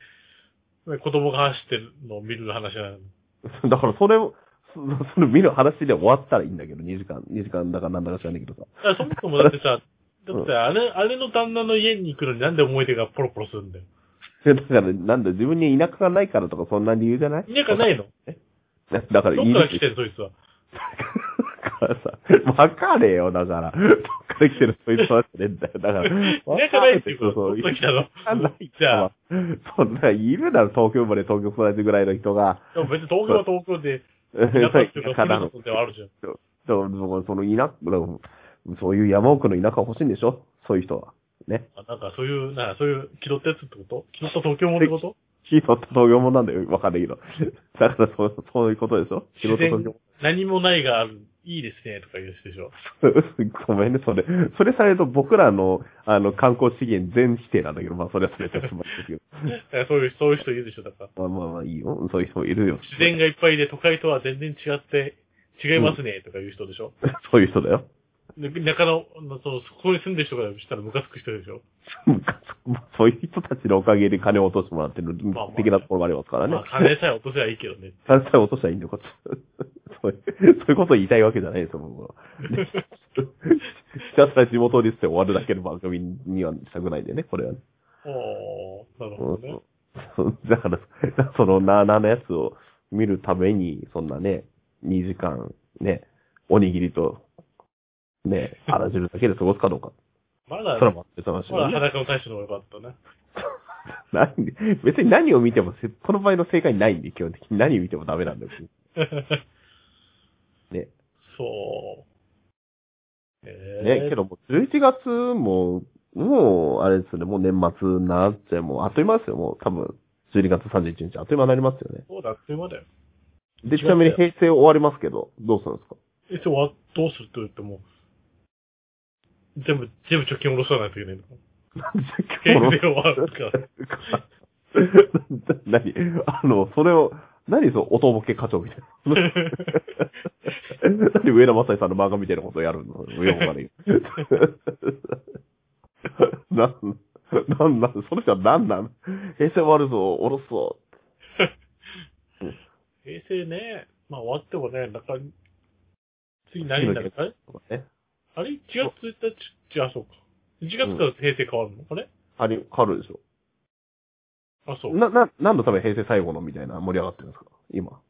Speaker 2: ね子供が走ってるのを見る話なの。
Speaker 1: だからそれを、そそれ見る話で終わったらいいんだけど、2時間、2時間だかなんだか知らないけどさ。
Speaker 2: あそもそもだって
Speaker 1: [laughs]
Speaker 2: さ、
Speaker 1: うん
Speaker 2: だってあれ、あれの旦那の家に行くのになんで思い出がポロポロするんだよ。
Speaker 1: だから、なんだ、自分に田舎がないからとかそんな理由じゃない
Speaker 2: 家がないの
Speaker 1: だだから、
Speaker 2: ど
Speaker 1: い
Speaker 2: っ
Speaker 1: い
Speaker 2: から
Speaker 1: で
Speaker 2: 来
Speaker 1: す
Speaker 2: てんのそいつは。
Speaker 1: だからさ、わかれよ、だから。どっから来てる、そういう人はねえんだよ。だから。
Speaker 2: 田舎ないっていうこと
Speaker 1: そう
Speaker 2: どっから来たの
Speaker 1: そうない
Speaker 2: じゃあ、
Speaker 1: そんな、いるだろ、東京生まれ、東京育ちぐらいの人が。
Speaker 2: でも別に東京は東京で、
Speaker 1: 田
Speaker 2: 田舎っていうか、
Speaker 1: 舎
Speaker 2: ふ
Speaker 1: な
Speaker 2: る
Speaker 1: の
Speaker 2: さ。とではあるじゃん。
Speaker 1: そうその田舎、そういう山奥の田舎欲しいんでしょそういう人は。ね。
Speaker 2: あなんかそういう、なんかそういう気取ったやつってこと気取った東京もんってこと
Speaker 1: 火取った東京もんなんだよ、わかんないけど。だからそう、そういうことでしょ仕
Speaker 2: 自
Speaker 1: 事
Speaker 2: 然
Speaker 1: 東京もん。 [laughs]
Speaker 2: 何もないがある、いいですね、とか言うやつでしょ。
Speaker 1: ごめんね、それ。それされると僕らの、あの、観光資源全否定なんだけど、まあ、それはそれでちょっと待ってる
Speaker 2: だからそういう、そういう人いるでしょ、だから。
Speaker 1: けど。まあまあまあ、いいよ。そういう人もいるよ。
Speaker 2: 自然がいっぱいで都会とは全然違って、違いますね、とか言う人でしょ。
Speaker 1: [laughs] そういう人だよ。 [laughs]
Speaker 2: で中野の、その、そこに住んでる人からしたらムカつく人でしょ。
Speaker 1: むかつくそういう人たちのおかげで金を落としてもらってる
Speaker 2: まあまあ
Speaker 1: 的なところがありますからね
Speaker 2: まあ、。金さえ落とせばいいけど
Speaker 1: [laughs]
Speaker 2: ね。
Speaker 1: 単体落としたらいいんだよ、こっち。 [laughs] そういう、そういうことを言いたいわけじゃないですよ、僕は。 [laughs] ひたすら地元リスで終わるだけの番組にはしたくないんだよね、これはね。
Speaker 2: おー、なる
Speaker 1: う
Speaker 2: ほどね
Speaker 1: ん。そうだから、そのなーなーのやつを見るために、そんなね、2時間、ね、おにぎりと、ね、あら汁だけで過ごすかどう
Speaker 2: [laughs]
Speaker 1: か。
Speaker 2: まだ、
Speaker 1: それは待ってたまし
Speaker 2: まだ
Speaker 1: よね。
Speaker 2: 裸の大使の方が良かったね。
Speaker 1: 何別に何を見てもせ、この場合の正解ないんで、基本的に何を見てもダメなんだよ。
Speaker 2: [laughs]
Speaker 1: ね。
Speaker 2: そう。えー、
Speaker 1: ね、けどもう11月も、もう、あれですよね、もう年末になって、もうあっという間ですよ、もう多分、12月31日、あっという間になりますよね。
Speaker 2: そうだ、あっという間だよ。
Speaker 1: で、ちなみに平成終わりますけど、どうするんですか
Speaker 2: え、そう、あどうするって言っても、全部、全部貯金下ろさないといけないのか。
Speaker 1: 今日 [laughs]
Speaker 2: 平成はあるから。
Speaker 1: 何 [laughs] あの、それを、何その、音ボケ課長みたいな。何上田正也さんの漫画みたいなことをやるのよくわかんないけどなん、なんなん、その人はなんなん平成終わるぞ、おろすぞ。
Speaker 2: [laughs] 平成ね、まあ終わってもね、なんか、次何になるか
Speaker 1: とかね。
Speaker 2: あれ ?1 月1日、あ、そうか。1月から平成変わるのかね
Speaker 1: あれ、変わるでしょ。
Speaker 2: あ、そう。
Speaker 1: な、な、何のため平成最後のみたいな盛り上がってるんですか今。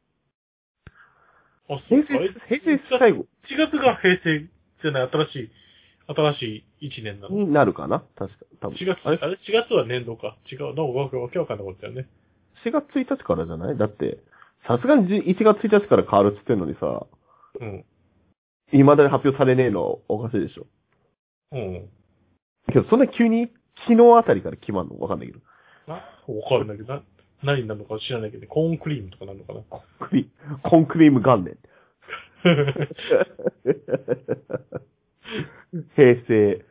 Speaker 2: あ、そう
Speaker 1: 平
Speaker 2: か。
Speaker 1: 成、平成最後
Speaker 2: 1月が平成じゃない、新しい、新しい1年なの。
Speaker 1: になるかな確か、多分。
Speaker 2: 4月、
Speaker 1: あ
Speaker 2: あ
Speaker 1: れ
Speaker 2: れ ?4 月は年度か。違う。なんかわけわけわかんなかったよね。
Speaker 1: 4月1日からじゃないだって、さすがに1月1日から変わるっつってんのにさ、
Speaker 2: うん。
Speaker 1: 未だに発表されねえのおかしいでしょ。
Speaker 2: うん。
Speaker 1: けど、そんな急に昨日あたりから決まんのわかんないけど。
Speaker 2: な、わかんないけど、な、何になるのか知らないけど、コーンクリームとかなる
Speaker 1: [laughs]
Speaker 2: のかな。
Speaker 1: コンクリ、コンクリーム元年。平成、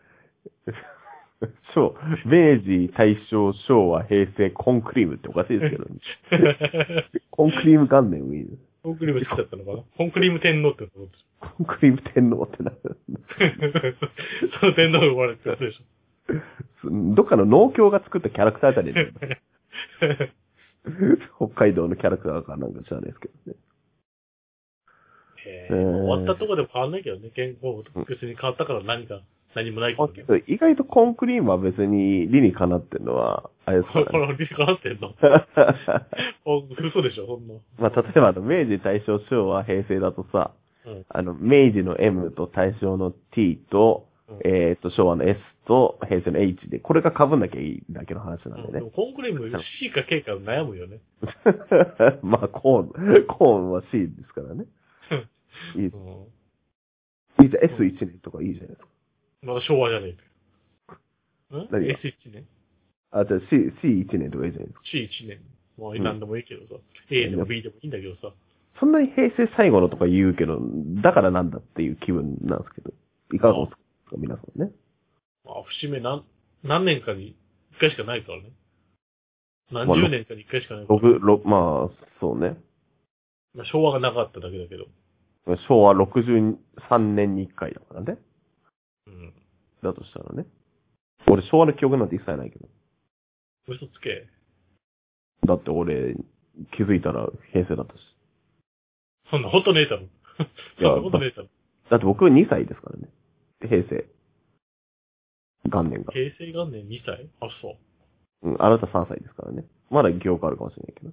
Speaker 1: そう、明治、大正、昭和、平成、コンクリームっておかしいですけど、コンクリーム元年ウィズ。
Speaker 2: コーンクリーム好きだったのかなコーンクリーム天皇ってことです。 [laughs]
Speaker 1: コンクリーム天皇ってな、
Speaker 2: その天皇が生まれてるで [laughs] し
Speaker 1: どっかの農協が作ったキャラクターあたりで、北
Speaker 2: ょ。
Speaker 1: 海道のキャラクターかなんか知らないですけどね。
Speaker 2: え
Speaker 1: え
Speaker 2: ー、
Speaker 1: ー
Speaker 2: 終わったとこでも変わんないけどね。健康別に変わったから何か、何もないけ
Speaker 1: あ
Speaker 2: ど
Speaker 1: け
Speaker 2: ね。
Speaker 1: ど意外とコンクリームは別に理にかなってるのは、あれです
Speaker 2: ほ、
Speaker 1: から
Speaker 2: ほ [laughs]
Speaker 1: らね。
Speaker 2: ら、見て変わってんのお嘘でしょ、そんな。
Speaker 1: まあ、例えばあの、明治、大正、昭和、平成だとさ、
Speaker 2: うん。
Speaker 1: あの、明治の M と大正の T と、
Speaker 2: うん
Speaker 1: えっ、と、昭和の S と平成の H で、これが被んなきゃいいだけの話なん [laughs]
Speaker 2: で
Speaker 1: でね。
Speaker 2: もコーンクリーム C か K か悩むよね。
Speaker 1: まあ、コーン、コーンは C ですからね。いい
Speaker 2: うん。
Speaker 1: いいじゃん、S1 年とかいいじゃないですか。
Speaker 2: まだ昭和じゃねえん
Speaker 1: 何が
Speaker 2: ?S1 年
Speaker 1: あ、じゃあ C、C1 年とかいいじゃないですか。
Speaker 2: ?C1 年。まあ、
Speaker 1: うん
Speaker 2: 何でもいいけどさ。A でも B でもいいんだけどさ。
Speaker 1: そんなに平成最後のとか言うけど、だからなんだっていう気分なんですけど、いかがお過ごしですか、皆さんね。
Speaker 2: まあ、節目何、何年かに一回しかないからね。何
Speaker 1: まあ
Speaker 2: 十年かに一回しかないから。
Speaker 1: 六、六、まあ、そうね。
Speaker 2: まあ、昭和がなかっただけだけど。
Speaker 1: 昭和63年に1回だからね。
Speaker 2: うん。
Speaker 1: だとしたらね。俺、昭和の記憶なんて一切ないけど。
Speaker 2: 嘘つけ。
Speaker 1: だって俺、気づいたら平成だったし。
Speaker 2: そんなことねえだろ。そんなことねえだろ。
Speaker 1: だって僕2歳ですからね。平成。元年が。
Speaker 2: 平成元年2歳あ、そう。
Speaker 1: うん、あなた3歳ですからね。まだ記憶あるかもしれないけど。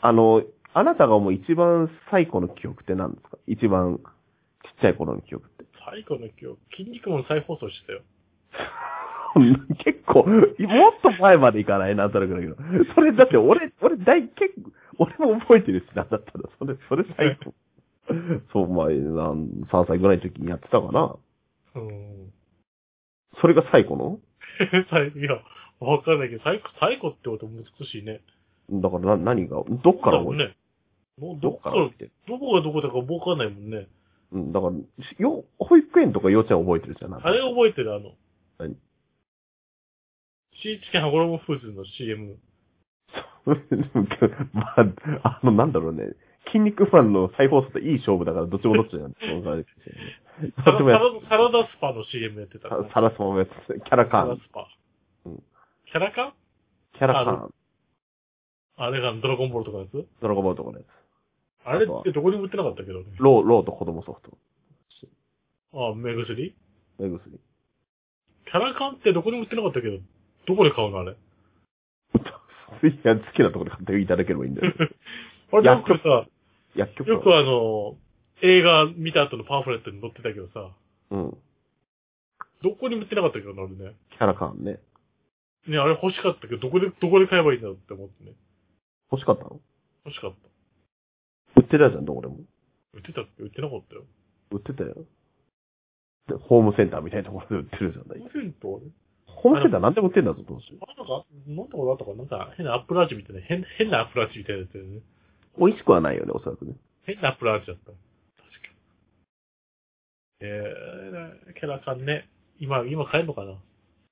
Speaker 1: あの、あなたが思う一番最古の記憶って何ですか一番ちっちゃい頃の記憶 [laughs] って。
Speaker 2: 最後の今日、筋肉マン再放送してたよ。
Speaker 1: 結構、もっと前までいかない、なんとなくだけど。それだって俺、俺大、結構、俺も覚えてるし、なんだったら、それ、それ最古。そう、まあ、なん3歳ぐらいの時にやってたかな。
Speaker 2: [laughs] うん。
Speaker 1: それが最古の
Speaker 2: 最いや、わかんないけど、最後、最後ってこと難しいね。
Speaker 1: だからな、何が、どっから
Speaker 2: ど
Speaker 1: 覚
Speaker 2: う
Speaker 1: え
Speaker 2: だ
Speaker 1: てる、
Speaker 2: ろうね。
Speaker 1: ど
Speaker 2: どどっ
Speaker 1: っか
Speaker 2: か
Speaker 1: らら、覚えてる
Speaker 2: どこがどこだかもうわかんないもんね。
Speaker 1: うん、だから、よ、保育園とか幼稚園覚えてるじゃん。なんか
Speaker 2: あれ覚えてる、あの。
Speaker 1: 何
Speaker 2: ?C チキン羽衣フーズの CM。
Speaker 1: [laughs] まあ、あの、なんだろうね。筋肉マンの再放送っていい勝負だから、どっちもどっちなん
Speaker 2: [laughs]
Speaker 1: ですよ。どっ
Speaker 2: サラ
Speaker 1: ちもやっ
Speaker 2: サラサラダスパの CM やってた。
Speaker 1: サラスマもやっててキャラ
Speaker 2: サ
Speaker 1: カ
Speaker 2: ラダ
Speaker 1: ン、
Speaker 2: スパ
Speaker 1: うん。
Speaker 2: キャラカン
Speaker 1: キャラ
Speaker 2: あ
Speaker 1: カ
Speaker 2: の
Speaker 1: ン、
Speaker 2: あれがドラゴンボールとかのやつ
Speaker 1: ドラゴンボールとかのやつ。
Speaker 2: あれってどこにも売ってなかったけどね。
Speaker 1: ロー、ローと子供ソフト。
Speaker 2: ああ、目薬
Speaker 1: 目薬。
Speaker 2: キャラ缶ってどこにも売ってなかったけど、どこで買うのあれ。
Speaker 1: いや、好きなところで買っていただければいいん
Speaker 2: [laughs]
Speaker 1: だよ。
Speaker 2: あれなんかさ、
Speaker 1: 薬局
Speaker 2: よくあの、映画見た後のパンフレットに載ってたけどさ、
Speaker 1: うん。
Speaker 2: どこにも売ってなかったけどな、あれね。
Speaker 1: キャラカンね。
Speaker 2: ね、あれ欲しかったけど、どこで、どこで買えばいいんだろうって思ってね。
Speaker 1: 欲しかったの
Speaker 2: 欲しかった。
Speaker 1: 売ってたじゃん、どこでも。
Speaker 2: 売ってたっけ売ってなかったよ。
Speaker 1: 売ってたよ。でホームセンターみたいなところで売ってるじゃ
Speaker 2: ホー
Speaker 1: ない。
Speaker 2: ムセンターあれ
Speaker 1: ホームセンターなんでも売ってんだぞ、どうしよう。
Speaker 2: あ、なんか、飲んだことあったかななんか、変なアップル味みたいな、変、変なアップル味みたいなやつだよね。
Speaker 1: 美味しくはないよね、おそらくね。
Speaker 2: 変なアップル味だった。確か。えー、キャラ缶ね。今、今買えるのかな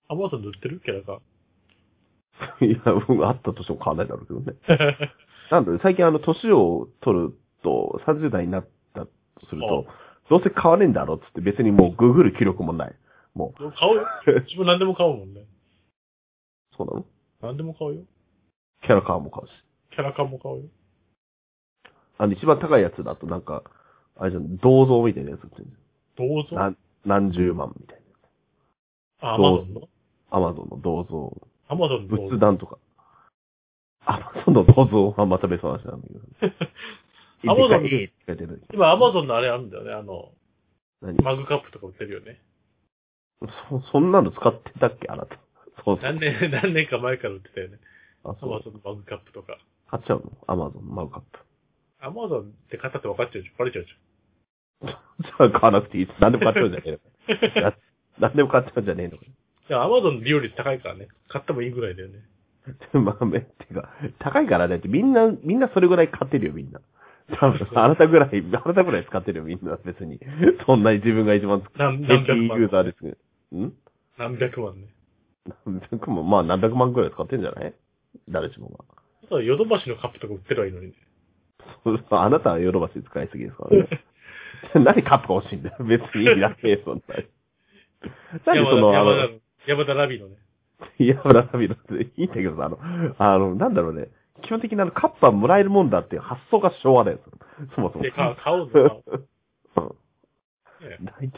Speaker 2: アマゾンで売ってるキャラ缶。
Speaker 1: [laughs]
Speaker 2: [laughs]
Speaker 1: いや、うんあったとしても買わないだろうけどね。なんだろう最近あの、年を取ると、30代になったとすると、どうせ買わねえんだろうっつって別にもうググる気力もない。も
Speaker 2: 買うよ。自分何でも買うもんね。
Speaker 1: う、そうなの
Speaker 2: 何でも買うよ。
Speaker 1: キャラカーも買うし。
Speaker 2: キャラ缶も買うよ。
Speaker 1: あの、一番高いやつだとなんか、あれじゃん、銅像みたいなやつ売ってる
Speaker 2: どうぞ。
Speaker 1: な何十万みたいな。
Speaker 2: あ、アマ
Speaker 1: どう
Speaker 2: ゾンの
Speaker 1: アマゾンの銅像、
Speaker 2: アマゾンのどうぞ
Speaker 1: 仏壇とか。アマゾンの銅像はまた別の話なんだけど。
Speaker 2: [laughs] アマゾン
Speaker 1: でかい絵が出てる
Speaker 2: 今、アマゾンのあれあるんだよね。あの、
Speaker 1: 何
Speaker 2: マグカップとか売ってるよね。
Speaker 1: そ、そんなの使ってたっけあなた。そうそう。
Speaker 2: 何年、何年か前から売ってたよね。
Speaker 1: あ、
Speaker 2: ア
Speaker 1: そ
Speaker 2: マ
Speaker 1: う。
Speaker 2: ゾンのマグカップとか。
Speaker 1: 買っちゃうのアマゾン、マグカップ。
Speaker 2: アマゾンって買ったって分かっちゃうじゃん。バレちゃうじ
Speaker 1: [laughs] じゃあ買わなくていいです。何でも買っちゃうんじゃねえの
Speaker 2: ゃ [laughs] ん。
Speaker 1: な何でも買っちゃうんじゃねえのか
Speaker 2: でもアマゾンの利用率高いからね。買ってもいいぐらいだよね。
Speaker 1: でもまあ、めってか、高いからねって、みんな、みんなそれぐらい買ってるよ、みんな。多分、あなたぐらい、あなたぐらい使ってるよ、みんな、別に。そんなに自分が一番使っ
Speaker 2: 何
Speaker 1: て
Speaker 2: 何百
Speaker 1: るユーザー
Speaker 2: 万。
Speaker 1: ですけど。ん
Speaker 2: 何百万ね。
Speaker 1: 何百万、まあ何百万ぐらい使ってんじゃない誰しもが。
Speaker 2: あとはヨドバシのカップとか売ってるはいいのにね。
Speaker 1: そうあなたはヨドバシ使いすぎですからね。
Speaker 2: [laughs]
Speaker 1: 何カップが欲しいんだよ。別にいいだけ、そんなに。何
Speaker 2: [laughs] 山
Speaker 1: そ
Speaker 2: 田
Speaker 1: の、あ
Speaker 2: 山
Speaker 1: の
Speaker 2: 田、の山田ラビーのね。
Speaker 1: いや、村上のっていいんだけどさ、あの、あの、なんだろうね。基本的にあの、カップはもらえるもんだっていう発想が昭和だよ、そもそも。[laughs]
Speaker 2: で、か買お
Speaker 1: う
Speaker 2: う
Speaker 1: ん
Speaker 2: ぞ。え
Speaker 1: 大体、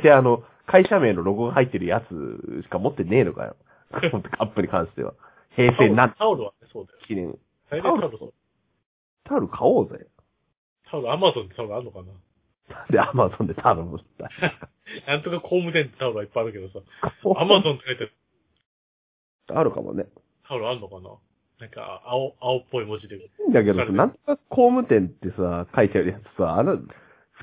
Speaker 1: 大体あの、会社名のロゴが入ってるやつしか持ってねえのか
Speaker 2: [laughs]
Speaker 1: よ。カップに関しては。平
Speaker 2: 買お
Speaker 1: 成
Speaker 2: う
Speaker 1: 何
Speaker 2: タオルはね、そうだよ。
Speaker 1: 記念。
Speaker 2: 大体
Speaker 1: タオル
Speaker 2: タオルそう。
Speaker 1: タオル買おうぜ。
Speaker 2: タオル、アマゾンでタオルあんのかな
Speaker 1: で、アマゾンでタオルもった。
Speaker 2: なんとか工務店ってタオルはいっぱいあるけどさ。ア
Speaker 1: ア
Speaker 2: マゾンって書いてある
Speaker 1: ンあるかもね。
Speaker 2: タオルあんのかななんか、青、青っぽい文字で。
Speaker 1: いいんだけど
Speaker 2: あ
Speaker 1: さ、
Speaker 2: るね
Speaker 1: なんとか工務店ってさ、書いてあるやつさ、あの、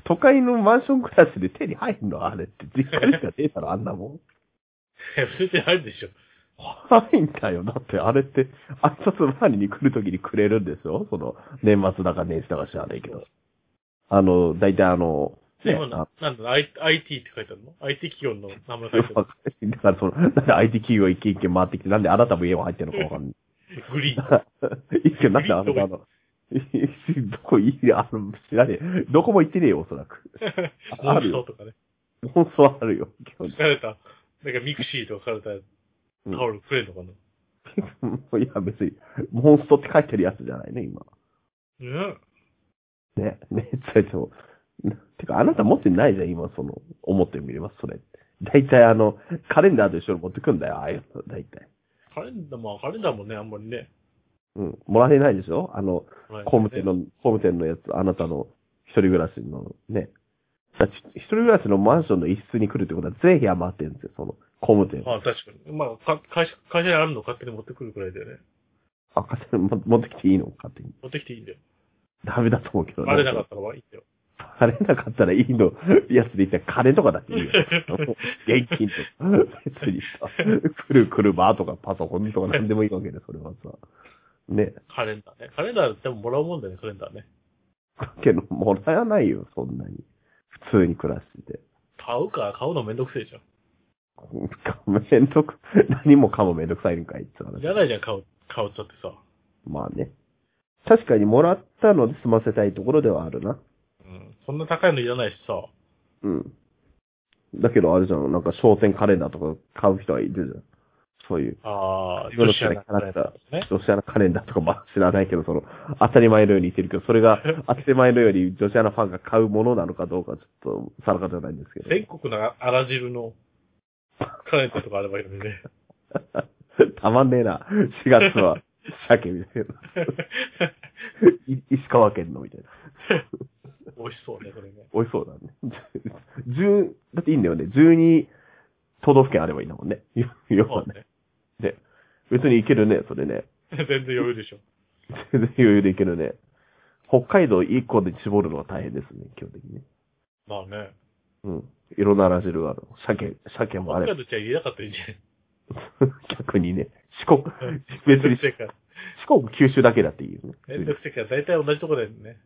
Speaker 1: 都会のマンション暮らしで手に入るのあれって、実家にしか出たらあんなもん。
Speaker 2: 普通にあるでしょ。
Speaker 1: はいんだよ。だって、あれって、挨拶回りに来るときにくれるんですよ。その、年末だか年始だか知らないけど。あの、大体あの、ね、
Speaker 2: 今
Speaker 1: あ
Speaker 2: な、なんだ、I- IT って書いてあるの ?IT 企業の名前書いて
Speaker 1: [laughs]
Speaker 2: あ
Speaker 1: わかんないだからその、なんで IT 企業一軒一軒回ってきて、なんであなたも家を入ってるのかわかんない。
Speaker 2: る。グリーン。
Speaker 1: 一軒なんであなたあの、どこいいあの、知らねえ。どこも行ってねえよ、おそらく。
Speaker 2: モ
Speaker 1: ある
Speaker 2: ンスト
Speaker 1: よ
Speaker 2: とかね。
Speaker 1: 本当はあるよ、 [laughs] 今日
Speaker 2: 書。かれた、なんかミクシーとか書かれたタオルくれるのかな
Speaker 1: うんいや、別に、モンストって書いてるやつじゃないね、今。
Speaker 2: うん。
Speaker 1: ね、ね、ついても。てか、あなた持ってないじゃん、今、その、思ってみれば、それ。大体あの、カレンダーと一緒に持ってくんだよ、ああいうの、大体。
Speaker 2: カレンダー、まあカレンダーもね、あんまりね。
Speaker 1: うん。もらえないでしょあの、
Speaker 2: 工
Speaker 1: 工務店の、工務店のやつ、あなたの一人暮らしの、ね。だって一人暮らしのマンションの一室に来るってことは、全部屋回ってるんですよ、その、工務店。
Speaker 2: まあ確かに。まあ、か会社、会社にあるの勝手に持ってくるくらいだよね。
Speaker 1: あ、勝手にも持ってきていいの勝手に。
Speaker 2: 持ってきていいんだよ。
Speaker 1: ダメだと思うけど
Speaker 2: バレなかったらいいんだよ。
Speaker 1: バレなかったらいいの、やつで言ったら金とかだっていいよ。
Speaker 2: [laughs]
Speaker 1: 現金とか。別にさ、来る車とかパソコンとか何でもいいわけで、それはさ。ね、
Speaker 2: カレンダーね。カレンダーでももらうもんだよね、カレンダーね。
Speaker 1: だけど、もらえないよ、そんなに。普通に暮らしてて。
Speaker 2: 買うか、買うのめんどくせえじゃん。
Speaker 1: めんどく、 [laughs] 何もかもめんどくさいんかいって話
Speaker 2: いらないじゃん、買う、買うっちゃってさ。
Speaker 1: まあね。確かにもらったので済ませたいところではあるな。
Speaker 2: うん。そんな高いのいらないしさ。
Speaker 1: うん。だけどあれじゃん、なんか商店カレンダーとか買う人はいるじゃん。そういう。
Speaker 2: ああ、
Speaker 1: よろし
Speaker 2: シ
Speaker 1: く
Speaker 2: ア
Speaker 1: ね
Speaker 2: なカレンダーですね。
Speaker 1: 女子アナカレンダーとかまあ知らないけど、その、当たり前のように言ってるけど、それが当たり前のように女子アナファンが買うものなのかどうかちょっと定かじゃないんですけど。
Speaker 2: 全国のあら汁の [laughs] カレンダーとかあればいいのにね。
Speaker 1: [laughs]
Speaker 2: [laughs]
Speaker 1: たまんねえな。4月は、鮭みたいな。い石川県のみたいな。
Speaker 2: 美味しそうね、それね。
Speaker 1: 美味しそうだね。10、だっていいんだよね。12都道府県あればいいんだもんね。 [laughs] よ、よ
Speaker 2: そう
Speaker 1: くね。
Speaker 2: ね。
Speaker 1: で、別に行けるね、それね。 [laughs]
Speaker 2: 全然余裕でしょ。
Speaker 1: 全然余裕で行けるね。北海道1個で絞るのは大変ですね、基本的にね。
Speaker 2: まあね。
Speaker 1: うん。いろんなラジルがある。鮭、鮭もあ
Speaker 2: 北
Speaker 1: れ
Speaker 2: 海。道じゃ言えなかったらいいじ [laughs]
Speaker 1: 逆にね。四国
Speaker 2: ゃん。、
Speaker 1: [laughs] 別
Speaker 2: めんど
Speaker 1: に
Speaker 2: くせえから。
Speaker 1: 四国、九州だけだっていいよね。
Speaker 2: めんどくせえから、大体同じとこだよね。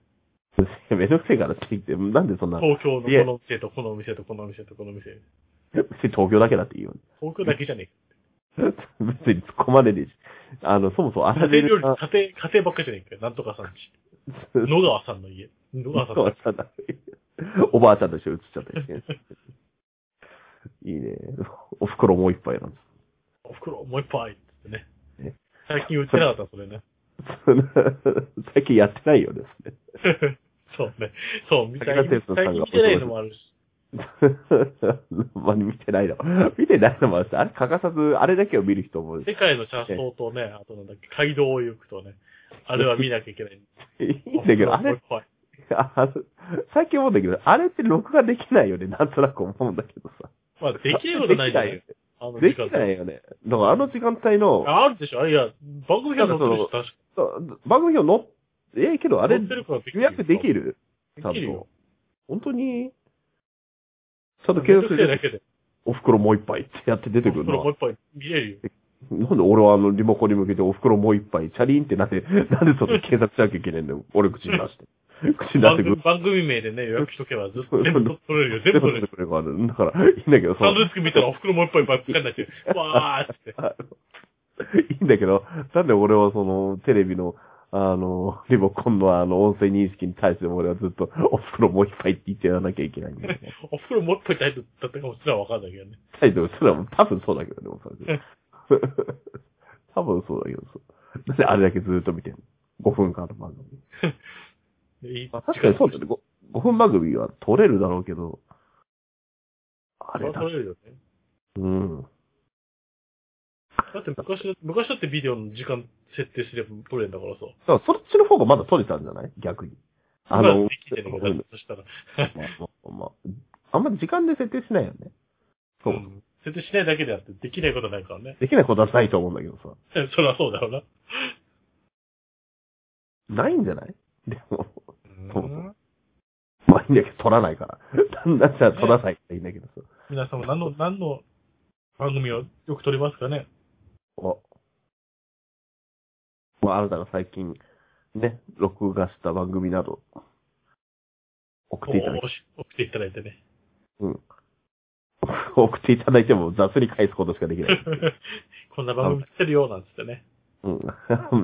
Speaker 1: めんどくせえからって言って、なんでそんな、
Speaker 2: 東京の
Speaker 1: いえ
Speaker 2: この店とこの店とこの店とこの店。
Speaker 1: 東京だけだっていいよね。
Speaker 2: 東京だけじゃね
Speaker 1: 別にそこまででし。あの、そもそもあ
Speaker 2: えか。
Speaker 1: ら
Speaker 2: 家
Speaker 1: じ
Speaker 2: 庭料
Speaker 1: る
Speaker 2: 理、
Speaker 1: が、
Speaker 2: 家庭、家庭ばっかじゃねえかよ。なんとかさんち。
Speaker 1: [laughs]
Speaker 2: 野川さんの家。野川さん
Speaker 1: そ
Speaker 2: の
Speaker 1: うただ [laughs] おばあちゃんとして映っちゃったりして。いいね。お袋もう一杯なんです。 [laughs]
Speaker 2: お袋、もう一杯ってね
Speaker 1: ね。
Speaker 2: 最近売ってなかった、それね。
Speaker 1: 最近やってないようですね。
Speaker 2: [laughs] そうね。そう、みたい
Speaker 1: 武田
Speaker 2: に。
Speaker 1: 鉄矢
Speaker 2: 最
Speaker 1: さんが
Speaker 2: 近見てないのもあるし。
Speaker 1: [laughs] まあ見てないの。見てないのもあるしあれ欠かさず、あれだけを見る人も
Speaker 2: 世界の車窓とね、あとなんだっけ、街道を行くとね、あれは見なきゃいけ
Speaker 1: [laughs]
Speaker 2: ない。
Speaker 1: いいんだけど、あれ、
Speaker 2: 怖い。
Speaker 1: あ最近思うんだけど、あれって録画できないよね。なんとなく思うんだけどさ。
Speaker 2: まあ、できないことないじゃな
Speaker 1: で
Speaker 2: いあの
Speaker 1: き
Speaker 2: 時
Speaker 1: な
Speaker 2: 間
Speaker 1: いできないよね。だからあの時間帯の、
Speaker 2: ああるでしょあいや、番組が載ってるし、確か
Speaker 1: そう番組表の、ええけど、あれ
Speaker 2: 載っ、てるからでき
Speaker 1: 予
Speaker 2: る。
Speaker 1: 約できる
Speaker 2: で
Speaker 1: ちゃん
Speaker 2: きるよ
Speaker 1: と。。本当にちゃんと
Speaker 2: め
Speaker 1: 検索し
Speaker 2: んどくせ
Speaker 1: て、
Speaker 2: えだけで。
Speaker 1: お袋もう一杯ってやって出てくる
Speaker 2: それ
Speaker 1: の
Speaker 2: もう。一杯見れるよ。
Speaker 1: なんで俺はあのリモコンに向けてお袋もう一杯、チャリンってなんで、なんでそれ検索しなきゃいけないんだよ。俺口に出して。
Speaker 2: [laughs]
Speaker 1: 口に出し
Speaker 2: 番
Speaker 1: てくる。
Speaker 2: 組番組名でね、予約しとけば、ずっと全部取れるよ、全
Speaker 1: で
Speaker 2: 部
Speaker 1: も
Speaker 2: 取
Speaker 1: そ
Speaker 2: れ
Speaker 1: れ
Speaker 2: る。
Speaker 1: がある。だから、いいんだけど、そ
Speaker 2: [laughs] サ
Speaker 1: の
Speaker 2: ンドイッチ君見たら、お袋もう一杯ばっかりになって、わーっつって。 [laughs]
Speaker 1: いいんだけど、なんで俺はその、テレビの、あの、リモコンのあの、音声認識に対しても俺はずっと、お袋もう一杯って言ってやらなきゃいけないんだよね。
Speaker 2: お袋もう一杯タイプだったかもしれないわかんないけどね。
Speaker 1: タイトル、それはもう多分そうだけどね、おそらく。 [laughs] 多分そうだけどそう。なんであれだけずっと見てんの ?5 分間の番組。
Speaker 2: でいい
Speaker 1: まあ、確かにそうだよね。5, 分番組は撮れるだろうけど、あ
Speaker 2: それ
Speaker 1: れ
Speaker 2: は
Speaker 1: だ
Speaker 2: 取。れるよね。
Speaker 1: うん。
Speaker 2: だって昔だ、昔だってビデオの時間設定すれば取れるんだからさ。
Speaker 1: だからそっちの方がまだ撮れたんじゃない逆に。あ
Speaker 2: 今
Speaker 1: の、
Speaker 2: できてるのかな、そしたら。
Speaker 1: まあまあまあ、あんま時間で設定しないよね。そう。
Speaker 2: ん設定しないだけであって、できないことないからね。
Speaker 1: できないことはないと思うんだけどさ。
Speaker 2: そりゃそうだろうな。
Speaker 1: ないんじゃないでも、そうそ
Speaker 2: うん
Speaker 1: まあいいんだけど、撮らないから。 [laughs] だんだんじゃあ撮らないからいいんだけどさ。
Speaker 2: 皆さんも何の、何の番組をよく撮りますかね
Speaker 1: お。まあ、あなたが最近、ね、録画した番組など、送っていただき、
Speaker 2: おお送っていただい
Speaker 1: [laughs]
Speaker 2: てね。
Speaker 1: うん。送っていただいても雑に返すことしかでき
Speaker 2: [laughs]
Speaker 1: ない。
Speaker 2: こんな番組来てるよ、なんつってね。
Speaker 1: うん。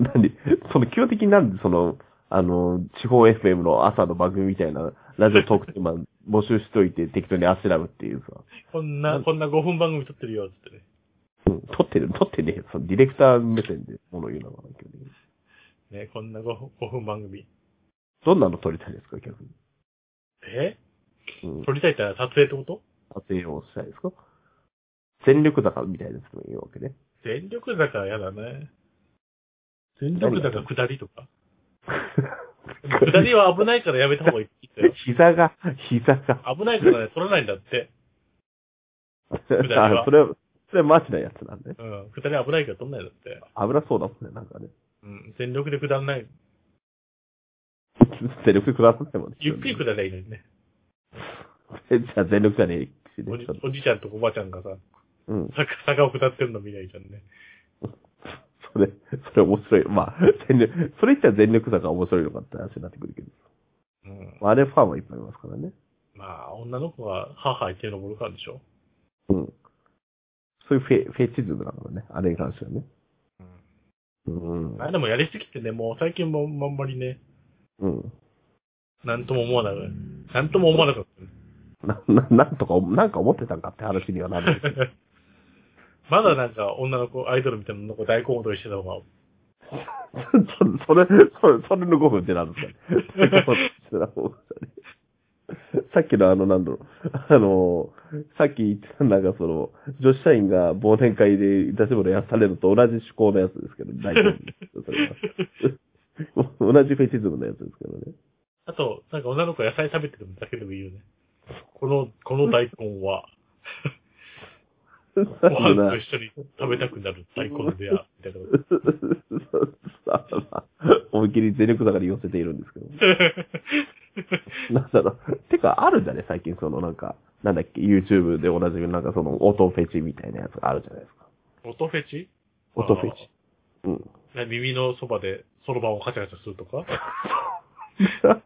Speaker 1: なん [laughs] で、その基本的になんでその、あの、地方 FM の朝の番組みたいな、ラジオトークテーマ募集しといて適当にあしらうっていうさ。
Speaker 2: こん
Speaker 1: う
Speaker 2: な、
Speaker 1: ん
Speaker 2: こんな5分番組撮ってるよ、つってね。
Speaker 1: うん、撮ってる、撮ってねえよそのディレクター目線で物言うのが基本的に
Speaker 2: ね、こんな 5, 分5分番組。
Speaker 1: どんなの撮りたいですか、逆に。
Speaker 2: え
Speaker 1: うん。
Speaker 2: 撮りたいってのは撮影ってこと
Speaker 1: 撮影をしたいですか全力坂みたいなやつでもいいわけね。
Speaker 2: 全力坂は嫌だね。全力坂下りとか。下りは危ないからやめた方がいいってよ
Speaker 1: 膝が、膝が。
Speaker 2: 危ないからね、撮らないんだって。りは
Speaker 1: あ、それは、それはマジなやつなんで、ね。
Speaker 2: うん。下り危ないから撮んないんだって。
Speaker 1: 危なそうだもんね、なんかね。
Speaker 2: うん。全力で下らない。
Speaker 1: 全力で下さってもね。
Speaker 2: ゆっくり下りゃいいのにね。
Speaker 1: えじゃあ全力じゃねえしね
Speaker 2: おじ
Speaker 1: ちょっと
Speaker 2: おじちゃんとおばちゃんがさ、
Speaker 1: うん。
Speaker 2: 坂坂を下ってるの見ないじゃんね。
Speaker 1: それ、それ面白い。まあ、全力、それ言ったら全力坂が面白いのかって話になってくるけど。
Speaker 2: うん。
Speaker 1: まあ、あれファンはいっぱいいますからね。
Speaker 2: まあ、女の子が母言ってるのもるからでしょ。
Speaker 1: うん。そういうフェ、フェチズムなのね。あれに関してはね。うん。
Speaker 2: あれでもやりすぎてね、もう最近もあんまりね、
Speaker 1: うん。
Speaker 2: なんとも思わなく、なんとも思わなかっ
Speaker 1: な、 [laughs] な、なんとか、なんか思ってたんかって話にはなる。 [laughs]
Speaker 2: た。 [laughs] まだなんか女の子、アイドルみたいなの子大好動してた方が、
Speaker 1: そそれ、それ、それの5分ってなんですかね。 [laughs] さっきのあの、なんだろう、あの、さっき言ってたなんかその、女子社員が忘年会で出し物やされると同じ趣向のやつですけど、大丈夫ですよそれは同じフェチズムのやつですけどね。
Speaker 2: あと、なんか女の子が野菜食べてるだけでもいいよね。この、この大根は、ご飯と一緒に食べたくなる大根でや、みたいなこと。
Speaker 1: [laughs] さあ [laughs] 思いっきり全力だから寄せているんですけど。 [laughs] なんだろう。てか、あるじゃね、最近、その、なんか、なんだっけ、YouTube でおなじみの、なんか、その、音フェチみたいなやつがあるじゃないですか。
Speaker 2: 音フェチ
Speaker 1: 音フェチ。うん。
Speaker 2: あー耳のそばでそろばんをカチャカチャするとか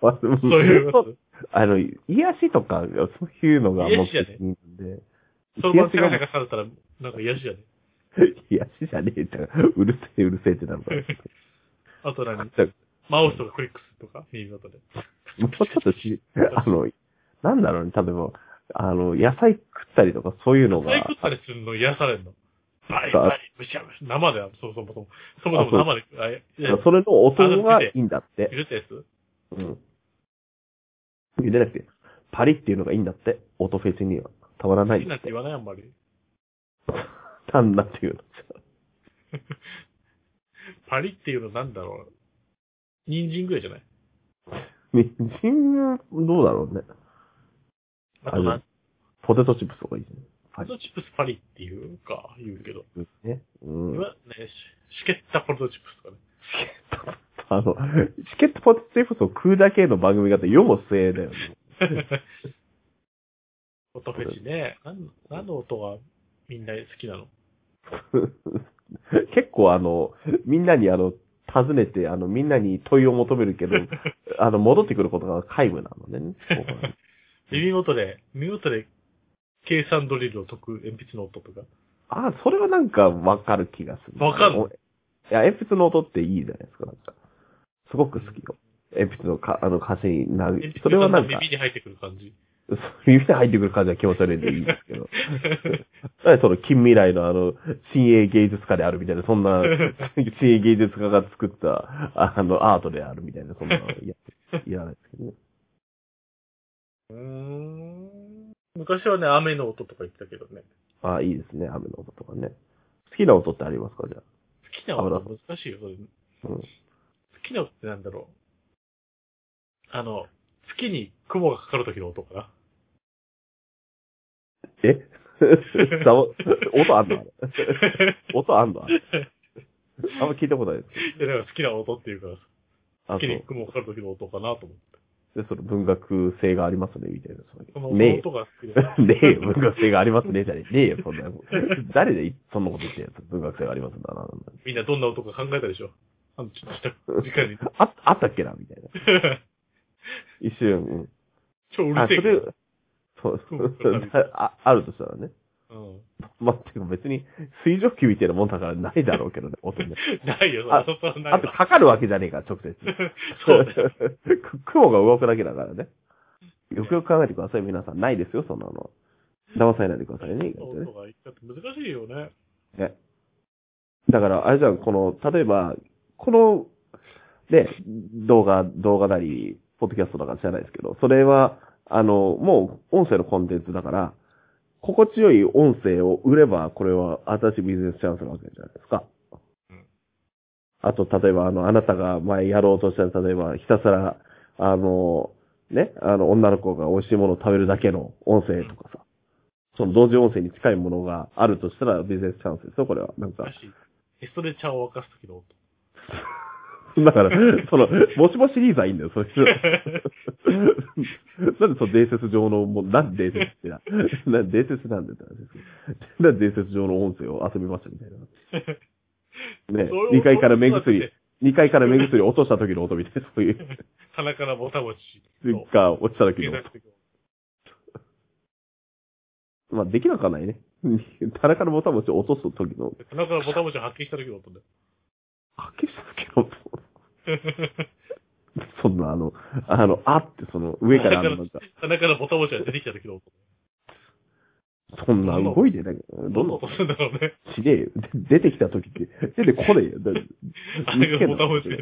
Speaker 1: そう
Speaker 2: [laughs] そういうやつ
Speaker 1: [laughs] あの、癒しとか、そういうのが
Speaker 2: 癒
Speaker 1: 目
Speaker 2: しじゃ
Speaker 1: 的
Speaker 2: ね
Speaker 1: で。
Speaker 2: [laughs] そろば
Speaker 1: 癒
Speaker 2: んカ
Speaker 1: し
Speaker 2: チャ
Speaker 1: が
Speaker 2: カチャされたら、なんか癒しじゃね。
Speaker 1: [laughs] 癒しじゃねえじゃん。うるせえ、うるせえってなる
Speaker 2: [laughs]
Speaker 1: から。
Speaker 2: あと何
Speaker 1: じゃあ
Speaker 2: マウスとかクリックするとか耳元で。
Speaker 1: もうちょっとし、あの、なんだろうね、多分、あの、野菜食ったりとか、そういうのが。
Speaker 2: サイクったりするの癒されるの。バリ
Speaker 1: さあ
Speaker 2: バリ、むしゃむしゃ。生で、そうそう、そもそも。そもそも生で、あ、いや、
Speaker 1: それの音がいいんだって。
Speaker 2: ゆでたやつ
Speaker 1: うん。茹でなくて、パリっていうのがいいんだって、音フェチには。たまらな
Speaker 2: 好
Speaker 1: い
Speaker 2: き
Speaker 1: んだ
Speaker 2: な
Speaker 1: っ
Speaker 2: んて
Speaker 1: て
Speaker 2: 言。わないあんまり。
Speaker 1: 単なっていうの。
Speaker 2: パリっていうのなんだろう。人参ぐらいじゃない
Speaker 1: 人参、どうだろうね。
Speaker 2: あとな
Speaker 1: あ
Speaker 2: ん
Speaker 1: れポテトチップスとかいいじ
Speaker 2: ポ
Speaker 1: パ
Speaker 2: テ
Speaker 1: リ
Speaker 2: トチップスパリっていうか、言うけど。
Speaker 1: ゃん。ね。うん。
Speaker 2: 今ね、ししけったポテトチップスとかね。
Speaker 1: あの、チケットポテトチップスを食うだけの番組があって、世も末だよね。 [laughs]
Speaker 2: 音フェチね。なん、何の音がみんな好きなの
Speaker 1: 結構あの、みんなにあの、尋ねて、あの、みんなに問いを求めるけど、あの、戻ってくることが皆無なの [laughs] でね。
Speaker 2: [laughs] 耳元で、耳元で計算ドリルを解く鉛筆の音とか。
Speaker 1: あ、それはなんかわかる気がする。
Speaker 2: わかる
Speaker 1: いや、鉛筆の音っていいじゃないですか、なんか。すごく好きよ。鉛筆のか、あの、歌詞になる
Speaker 2: 鉛。筆
Speaker 1: それはなん
Speaker 2: が
Speaker 1: か、
Speaker 2: 耳に入ってくる感じ。
Speaker 1: 耳に入ってくる感じは気持ち悪いんでいいんですけ
Speaker 2: [laughs]
Speaker 1: ど。だからその近未来のあの、新鋭芸術家であるみたいな、そん
Speaker 2: [laughs]
Speaker 1: な、新鋭芸術家が作った、あの、アートであるみたいな、そんな、いや、いらないですけどね。
Speaker 2: [laughs] うーん。昔はね、雨の音とか言ってたけどね。
Speaker 1: ああ、いいですね、雨の音とかね。好きな音ってありますか、じゃ
Speaker 2: 好きな音は難しいよ、それ。
Speaker 1: あ。うん。
Speaker 2: 好きな音ってなんだろう。あの、月に雲がかかる時の音
Speaker 1: [laughs]
Speaker 2: かな。
Speaker 1: え [laughs] ざわ音あんのあれ。音あんのあれ。あんま聞いたことないですけ
Speaker 2: いやだから好きな音っていうから、
Speaker 1: ど。あ、
Speaker 2: 月に
Speaker 1: そ
Speaker 2: 雲がかかる時の音かなと思って。
Speaker 1: う。で、その文学性がありますね、みたいな。
Speaker 2: こ
Speaker 1: そ
Speaker 2: の
Speaker 1: うね [laughs]
Speaker 2: 音が好きで。
Speaker 1: え。ねえ、文学性がありますね、じゃねえ。ねえよ、そんな。誰でそんなこと [laughs] 言ってんやつ。文学性がありますんだな。なんだ
Speaker 2: みんなどんな音か考えたでしょ。あの、ちょっとした時間
Speaker 1: [laughs]
Speaker 2: に。
Speaker 1: あ、あったっけな、みたいな。一瞬、うん。
Speaker 2: 超う
Speaker 1: あ、そ
Speaker 2: るせえけ
Speaker 1: れ
Speaker 2: ど。、 [laughs]
Speaker 1: そう
Speaker 2: う
Speaker 1: そ
Speaker 2: ん
Speaker 1: うそうあ、あるとしたらね。
Speaker 2: うん。
Speaker 1: まあ、てか別に、水蒸気みたいなもんだからないだろうけ
Speaker 2: [laughs]
Speaker 1: どね、音ね。
Speaker 2: ないよ、
Speaker 1: あ
Speaker 2: そんなことない
Speaker 1: あと、
Speaker 2: わ。
Speaker 1: かかるわけじゃねえから、直接。
Speaker 2: [laughs] そうだよ。
Speaker 1: [laughs] く雲が動くだけだからね。よくよく考えてください、皆さん。ないですよ、そんなの。騙されないでくださいね、意外とね
Speaker 2: 音。がだって難しいよね。
Speaker 1: ね。だから、あれじゃん、この、例えば、この、ね、動画、動画なり、ポッドキャストだから知らないですけど、それは、あの、もう、音声のコンテンツだから、心地よい音声を売れば、これは新しいビジネスチャンスなわけじゃないですか
Speaker 2: うん。
Speaker 1: あと、例えば、あの、あなたが前やろうとした、例えば、ひたすら、あの、ね、あの、女の子が美味しいものを食べるだけの音声とかさ、その同時音声に近いものがあるとしたらビジネスチャンスですよ、これは。なんか
Speaker 2: 難。しい。エストレチャーを沸かす時の音。
Speaker 1: [laughs] だから、その、もしもシリーズはいいんだよ、それ [laughs] なんでその伝説上の、もう、なんで伝説ってな。 [laughs] なんで伝説なんでって話ですけどなんで伝説上の音声を遊びましたみたいな。ね
Speaker 2: [laughs] それを
Speaker 1: 二階から目
Speaker 2: そうだっ
Speaker 1: 薬
Speaker 2: て、
Speaker 1: 二階から目薬落とした時の音みたいな、そういう、
Speaker 2: 鼻からボタボチ
Speaker 1: つ
Speaker 2: の
Speaker 1: うか、落ちた時
Speaker 2: 消え
Speaker 1: の
Speaker 2: た。時の音。
Speaker 1: まあ、できなくはないね。田中のボタン持ちを落とす時の、
Speaker 2: 鼻からボタボチを発見した時の音だよ。
Speaker 1: かけした時の音。そんな、あの、あの、あって、その、上から、あの、
Speaker 2: [laughs]
Speaker 1: なんか、
Speaker 2: [laughs] 鼻からボタボチが出てきた時の音。
Speaker 1: そんな動いてないけど、ど
Speaker 2: ど
Speaker 1: んど
Speaker 2: んなん音するんだろうね。
Speaker 1: ちげえよ。で出てきた時って、出てこねえよ。だ
Speaker 2: 鼻からボタボチ
Speaker 1: 見つけん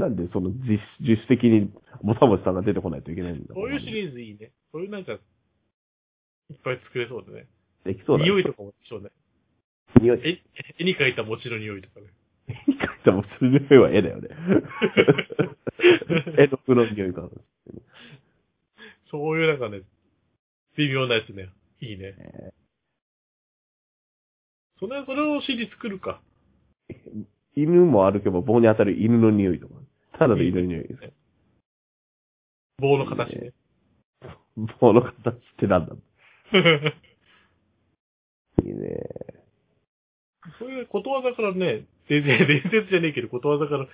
Speaker 1: の。なんでその自主自主的にボタボタさんが出てこないといけないんだ
Speaker 2: そういうシリーズいいね。そういうなんか、いっぱい作れそうでね。
Speaker 1: できそうだね。
Speaker 2: 匂いとかもできそうね。
Speaker 1: 匂い。
Speaker 2: え絵に描いた餅の匂い
Speaker 1: [laughs]
Speaker 2: とかね。
Speaker 1: 絵に描いたもその匂いは絵だ
Speaker 2: [laughs]
Speaker 1: よね。絵の具の匂いか。
Speaker 2: そういうなんかね、微妙なやつね。いいね。
Speaker 1: え
Speaker 2: それ、それを CD 作るか。
Speaker 1: ー犬も歩けば棒に当たる犬の匂いとか。ただの犬の匂いです。
Speaker 2: 棒の形ね。
Speaker 1: 棒の形ってなんだいいね。
Speaker 2: [laughs] そういうことわざからね、全然、伝説じゃねえけど、ことわざから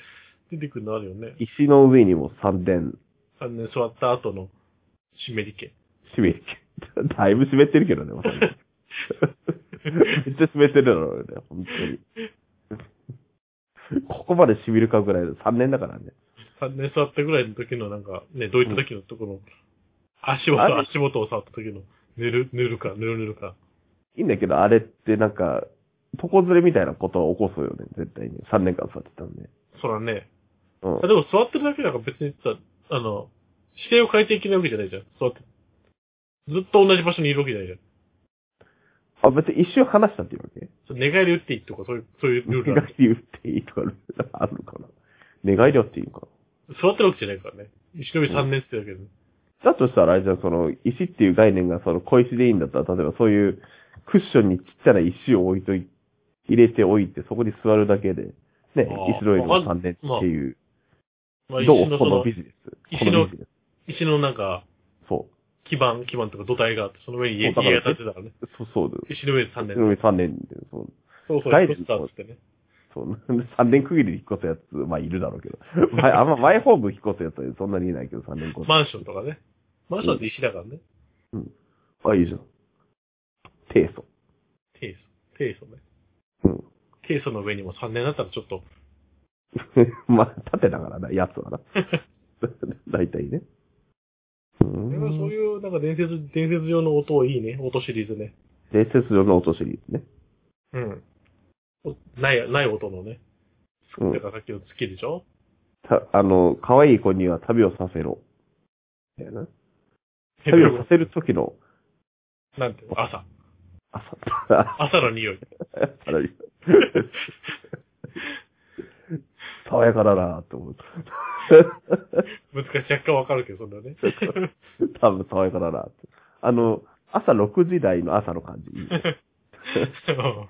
Speaker 2: 出てくるのあるよね。
Speaker 1: 石の上にも三点、
Speaker 2: 3年座った後の湿り気。
Speaker 1: 湿り気。だいぶ湿ってるけどね、またね
Speaker 2: [laughs]
Speaker 1: めっちゃ湿ってるだろうね、本当に。ここまで染みるかぐらいで3年だからね。
Speaker 2: 3年座ったぐらいの時のなんか、ね、どういった時のところ、足元
Speaker 1: あれ、
Speaker 2: 足元を触った時の、ぬる、ぬるか、ぬるぬるか。
Speaker 1: いいんだけど、あれってなんか、床ずれみたいなことは起こすよね、絶対に。3年間座ってたんで。
Speaker 2: そらね。
Speaker 1: うん
Speaker 2: あ。でも座ってるだけだから別にさ、あの、姿勢を変えていけないわけじゃないじゃん。そうやって。ずっと同じ場所にいるわけじゃないじゃん。
Speaker 1: あ、別に一瞬話したっていうわけ
Speaker 2: それ寝返り打っていいとか、そういう、そういうルー
Speaker 1: 寝
Speaker 2: ルあ
Speaker 1: 返
Speaker 2: る。
Speaker 1: り打っていいとかルールあるのかな寝返り打っていいのか
Speaker 2: 座ってるわけじゃないからね。石上3年生だけど。
Speaker 1: なだとしたらあれじゃん、その、石っていう概念がその小石でいいんだったら、例えばそういうクッションにちっちゃな石を置いとい、入れておいて、そこに座るだけで、ね
Speaker 2: あー、
Speaker 1: 石の色の3年っていう、
Speaker 2: まあ、石
Speaker 1: どう
Speaker 2: のそ
Speaker 1: この
Speaker 2: の
Speaker 1: ビ、ジネス。
Speaker 2: 石
Speaker 1: こ
Speaker 2: の
Speaker 1: のビジネス。
Speaker 2: 石のなんか、
Speaker 1: そ
Speaker 2: 基盤、基盤とか土台があって、その上に家
Speaker 1: そうだから
Speaker 2: 家が建てたからね。
Speaker 1: う。そう、そうだよ。
Speaker 2: 石の上で3
Speaker 1: 石
Speaker 2: 年
Speaker 1: の上3年で、そう。
Speaker 2: そうそう、
Speaker 1: 大
Speaker 2: ポ
Speaker 1: 事
Speaker 2: スターっつってね。
Speaker 1: そう、3年 [laughs] 区切りで引っ越すやつ、まあいるだろうけど。まあ、あんまマイホーム引っ越すやつはそんなにいないけど、3年越す。
Speaker 2: マンションとかね。マンションって石だからね。
Speaker 1: あ、いいじゃん。提訴。
Speaker 2: 提訴。提訴ね。
Speaker 1: うん。
Speaker 2: 提訴の上にも3年だったらちょっと、
Speaker 1: [laughs] まあ、縦だからな、やつはな。 [laughs] 大体ね。うー。
Speaker 2: [laughs] それはそうんいう、なんか伝説、伝説上の音をいいね。音シリーズね。
Speaker 1: 伝説上の音シリーズね。
Speaker 2: うん。おない、ない音のね。
Speaker 1: う
Speaker 2: だ
Speaker 1: ん。
Speaker 2: からさっきの月でしょ
Speaker 1: た、あの、可愛い子には旅をさせろ。だよな。旅をさせる時の
Speaker 2: なんて、朝。
Speaker 1: 朝。あ
Speaker 2: 朝の匂い。
Speaker 1: 爽やかだなぁと思う。
Speaker 2: 難しい。若干わかるけど、そん
Speaker 1: [laughs]
Speaker 2: なね。 [laughs]
Speaker 1: 多分爽やかだなって。あの、朝6時台の朝の感じいいね。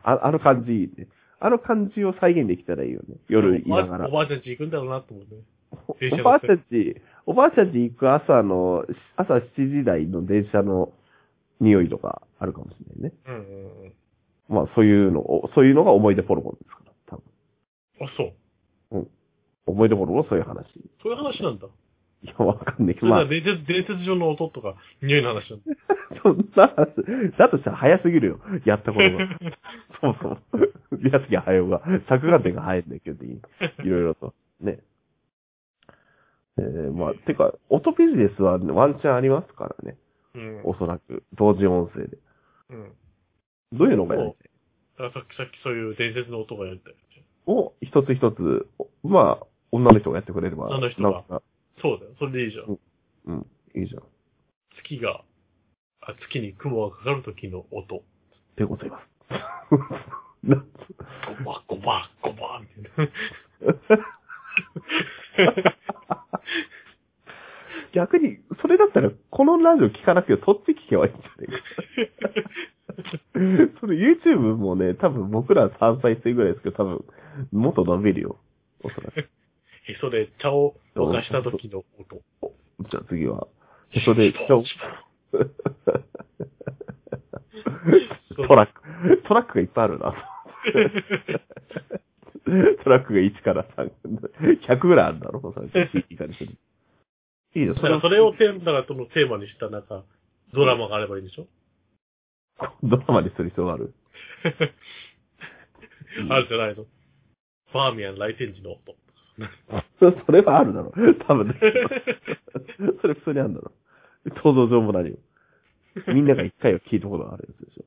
Speaker 1: ああの感じいいね。あの感じを再現できたらいいよね。夜いながら
Speaker 2: お。ばあちゃんち行くんだろうなと思ってね。
Speaker 1: お
Speaker 2: 電車乗
Speaker 1: ば
Speaker 2: っ
Speaker 1: あ
Speaker 2: て
Speaker 1: ちゃんち、おばあちゃんち行く朝の、朝7時台の電車の匂いとかあるかもしれないね。
Speaker 2: うんうんうん。
Speaker 1: まあそういうのを、そういうのが思い出ポルコンですから、多分。
Speaker 2: あ、そう。
Speaker 1: 思い出ポルコンのそういう話。
Speaker 2: そういう話なんだ。
Speaker 1: いや、わかんないけ
Speaker 2: そ
Speaker 1: ど、まあ
Speaker 2: れなら、伝説、伝説上の音とか、匂いの話なんだ。
Speaker 1: そんな話、だとしたら早すぎるよ。やったこと
Speaker 2: [laughs]
Speaker 1: が。そもそも。宮崎駿が、作画点が早いんだけど、いろいろと。ね。えー、まあ、てか、音ビジネスはワンチャンありますからね。
Speaker 2: うん。
Speaker 1: おそらく。同時音声で。
Speaker 2: うん。
Speaker 1: どういうのがやりたい
Speaker 2: だからさっき、さっきそういう伝説の音がやりたい。
Speaker 1: を、一つ一つ、おまあ、女の人がやってくれれば。
Speaker 2: 女の人が
Speaker 1: なんか
Speaker 2: そうだよ。それでいいじゃん。
Speaker 1: うん。いいじゃん。
Speaker 2: 月が、あ月に雲がかかる時の音。
Speaker 1: でございます。 [laughs] な [laughs]
Speaker 2: ゴバゴバゴバみたいな。
Speaker 1: 逆に、それだったら、このラジオ聞かなくて、そっち聞けばいいんじゃないか。その YouTube もね、多分僕ら3歳生ぐらいですけど、多分、もっと伸びるよ。おそらく。
Speaker 2: へそで茶を沸かした時の音。
Speaker 1: じゃあ次は、へそ
Speaker 2: [laughs]
Speaker 1: で茶を
Speaker 2: そう
Speaker 1: トラック、トラックがいっぱいあるな。 [laughs] トラックが1から3、100ぐらいあるんだろ、それいい感じする。いいよ、
Speaker 2: [laughs] だからそれをテーマ、だからそのテーマにしたなんか、ドラマがあればいいんでしょ
Speaker 1: ドラマにする必要がある。
Speaker 2: あるじゃないの。バーミヤン来店時の音。
Speaker 1: それはあるだろ。多分、ね、 [laughs] それ普通にあるんだろ。想像上も何も。みんなが一回は聞いたことがあるやつで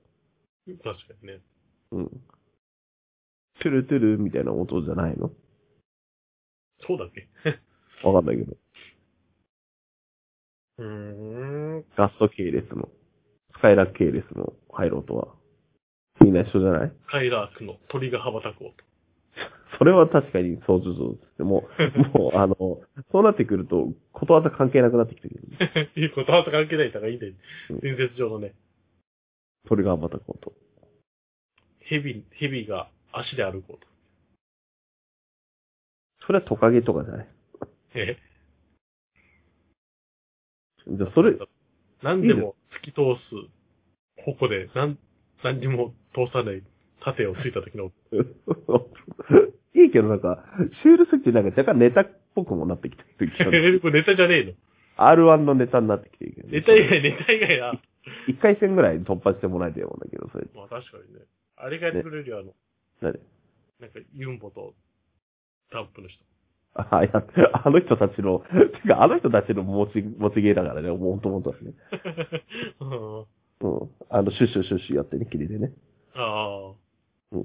Speaker 1: し
Speaker 2: 確かにね。
Speaker 1: ょ。うん。トゥルトゥルみたいな音じゃないの
Speaker 2: そうだっけ
Speaker 1: わかんないけど。
Speaker 2: うーん。
Speaker 1: ガスト系列の、スカイラック系列の入る音は、みんな一緒じゃない [laughs]
Speaker 2: カイラークの鳥が羽ばたく音。
Speaker 1: それは確かに想像上です。
Speaker 2: [laughs]
Speaker 1: もう、もう、あの、そうなってくると、ことわざ関係なくなってきてる。
Speaker 2: いうことは関係ないからいいんだよ
Speaker 1: うん。
Speaker 2: 伝説上のね、
Speaker 1: それがまたこと。
Speaker 2: 蛇、蛇が足で歩こうと。
Speaker 1: それはトカゲとかじゃない。
Speaker 2: え
Speaker 1: じゃあ、それ、 [laughs]
Speaker 2: 何でも突き通す矛で、何、何にも通さない盾をついた時の音。
Speaker 1: いいけどなんか、シュールすぎてなんか若干ネタっぽくもなってきてる気がす
Speaker 2: [laughs]
Speaker 1: る。
Speaker 2: これネタじゃねえの。
Speaker 1: R1 のネタになってきてるけど、
Speaker 2: ネタ以外、ネタ以外は、
Speaker 1: 一回戦ぐらい突破してもらえたようだけど、それ。
Speaker 2: まあ確かにね。あれがやってくれるよ、あの、
Speaker 1: 誰
Speaker 2: なんかユンボとダンプの人。
Speaker 1: あ、いや、あの人たちの、てかあの人たちの持ち、持ち芸だからね、もともとはね。
Speaker 2: うん
Speaker 1: うん。あの、シュッシュッシュッシュやってね、霧でね。
Speaker 2: [laughs] あ
Speaker 1: うん。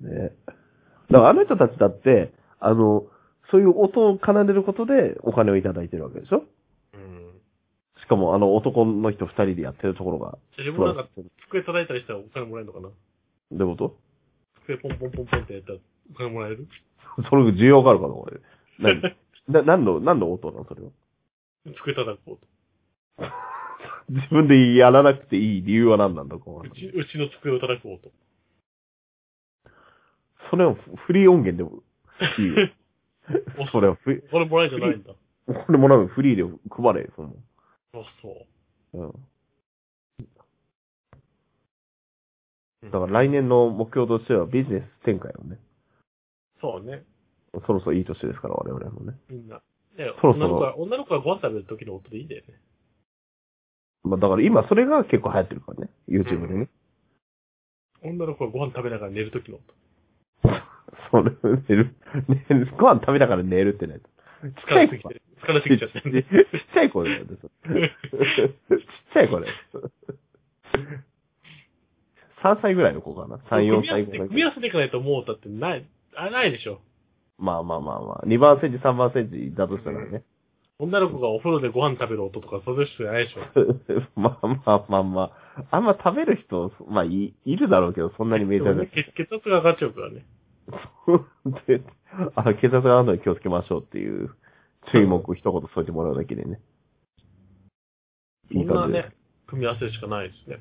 Speaker 1: ねだからあの人たちだって、あの、そういう音を奏でることでお金をいただいてるわけでしょ
Speaker 2: うん。
Speaker 1: しかも、あの、男の人二人でやってるところが、
Speaker 2: じゃあ自分もなんか机叩いたりしたらお金もらえるのかな
Speaker 1: どういうこと [laughs]
Speaker 2: 机ポンポンポンポンってやったらお金もらえる
Speaker 1: それ需要があるかな、これ。何な、何の、何の音なの、それは。
Speaker 2: [laughs] 机叩こうと。
Speaker 1: 自分でやらなくていい理由は何なんだ、こ
Speaker 2: う
Speaker 1: う。
Speaker 2: ち、うちの机を叩こうと。
Speaker 1: それはフリー音源でもいいよ。
Speaker 2: お
Speaker 1: それはフリ
Speaker 2: これもらえるんじゃないんだ。 [laughs]
Speaker 1: ー、これもらうフリーで配れ、その。
Speaker 2: あ、そ
Speaker 1: うん。
Speaker 2: う。
Speaker 1: だから来年の目標としてはビジネス展開をね、
Speaker 2: そうね。
Speaker 1: そろそろいい年ですから、我々もね。
Speaker 2: みんな。だよ
Speaker 1: そろそろ
Speaker 2: 女の子が、女の子がご飯食べる時の音でいいんだよね。
Speaker 1: まあだから今それが結構流行ってるからね、YouTube でね。
Speaker 2: 女の子がご飯食べながら寝る [laughs] 時の音。
Speaker 1: それ、寝る、寝る、ご飯食べながら寝るってね。ちっち
Speaker 2: 疲
Speaker 1: ゃ
Speaker 2: れ
Speaker 1: い
Speaker 2: すぎ
Speaker 1: 子
Speaker 2: てる。疲れす
Speaker 1: ち
Speaker 2: ぎ
Speaker 1: っ
Speaker 2: ちゃ [laughs] ってる。
Speaker 1: ちゃい子だよね。それちっちゃい子だよ。3歳ぐらいの子かな ?3、4歳ぐらい
Speaker 2: 組み合わせていかないともうだってない、あれないでしょ。
Speaker 1: まあまあまあまあ。2番センチ、3番センチだとしたらね。
Speaker 2: 女の子がお風呂でご飯食べる音とか、そういう人じゃないでしょ。
Speaker 1: [laughs] まあまあまあまあ。あんま食べる人、まあい、いるだろうけど、そんなにメ
Speaker 2: で
Speaker 1: ジャ
Speaker 2: も
Speaker 1: ー
Speaker 2: ね、血血圧が上がっちゃうからね。
Speaker 1: で。 [laughs] で、あ、警察があるのに気をつけましょうっていう注意目を一言添えてもらうだけでね。い
Speaker 2: そ
Speaker 1: い
Speaker 2: ん
Speaker 1: 感
Speaker 2: な
Speaker 1: じで。
Speaker 2: ね、組み合わせるしかないですね。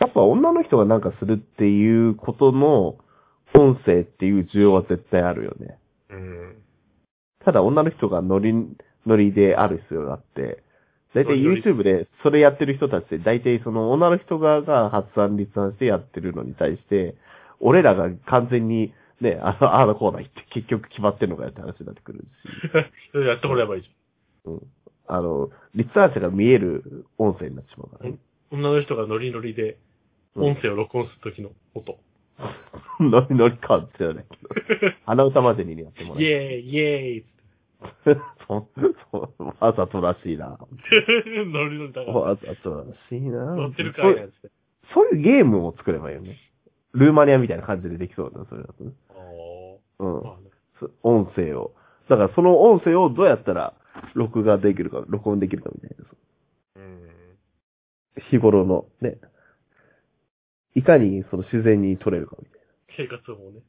Speaker 1: やっぱ女の人がなんかするっていうことの音声っていう需要は絶対あるよね。
Speaker 2: うん。
Speaker 1: ただ女の人がノリ、ノリである必要があって、だいたい YouTube でそれやってる人たちって、だいたいその女の人側が発案立案してやってるのに対して、俺らが完全にね、あの、ああのコーナー行って結局決まってんのかよって話になってくるし、
Speaker 2: そ [laughs] れやってもらえばいいじ
Speaker 1: うん。あの、立案者が見える音声になってしまうからね。
Speaker 2: ゃん。女の人がノリノリで、
Speaker 1: うん
Speaker 2: 音声を録音する時の音。
Speaker 1: [laughs] ノリノリ感ってよね。鼻歌までにやってもら
Speaker 2: イ
Speaker 1: える。
Speaker 2: ェーイ、イェーイっつ [laughs] っ
Speaker 1: [laughs] そそうわざとらしいな。
Speaker 2: てノリノリだから。
Speaker 1: わざとらしいな。
Speaker 2: 乗ってるからやつって。
Speaker 1: そういうゲームを作ればいいよね。ルーマニアみたいな感じでできそうだな、それだとね。
Speaker 2: あ
Speaker 1: う
Speaker 2: ー
Speaker 1: ん
Speaker 2: まあね。
Speaker 1: そ。音声を。だからその音声をどうやったら録画できるか、録音できるかみたいな。そ
Speaker 2: うん。
Speaker 1: う日頃のね。いかにその自然に撮れるかみたいな。
Speaker 2: 生活法ね。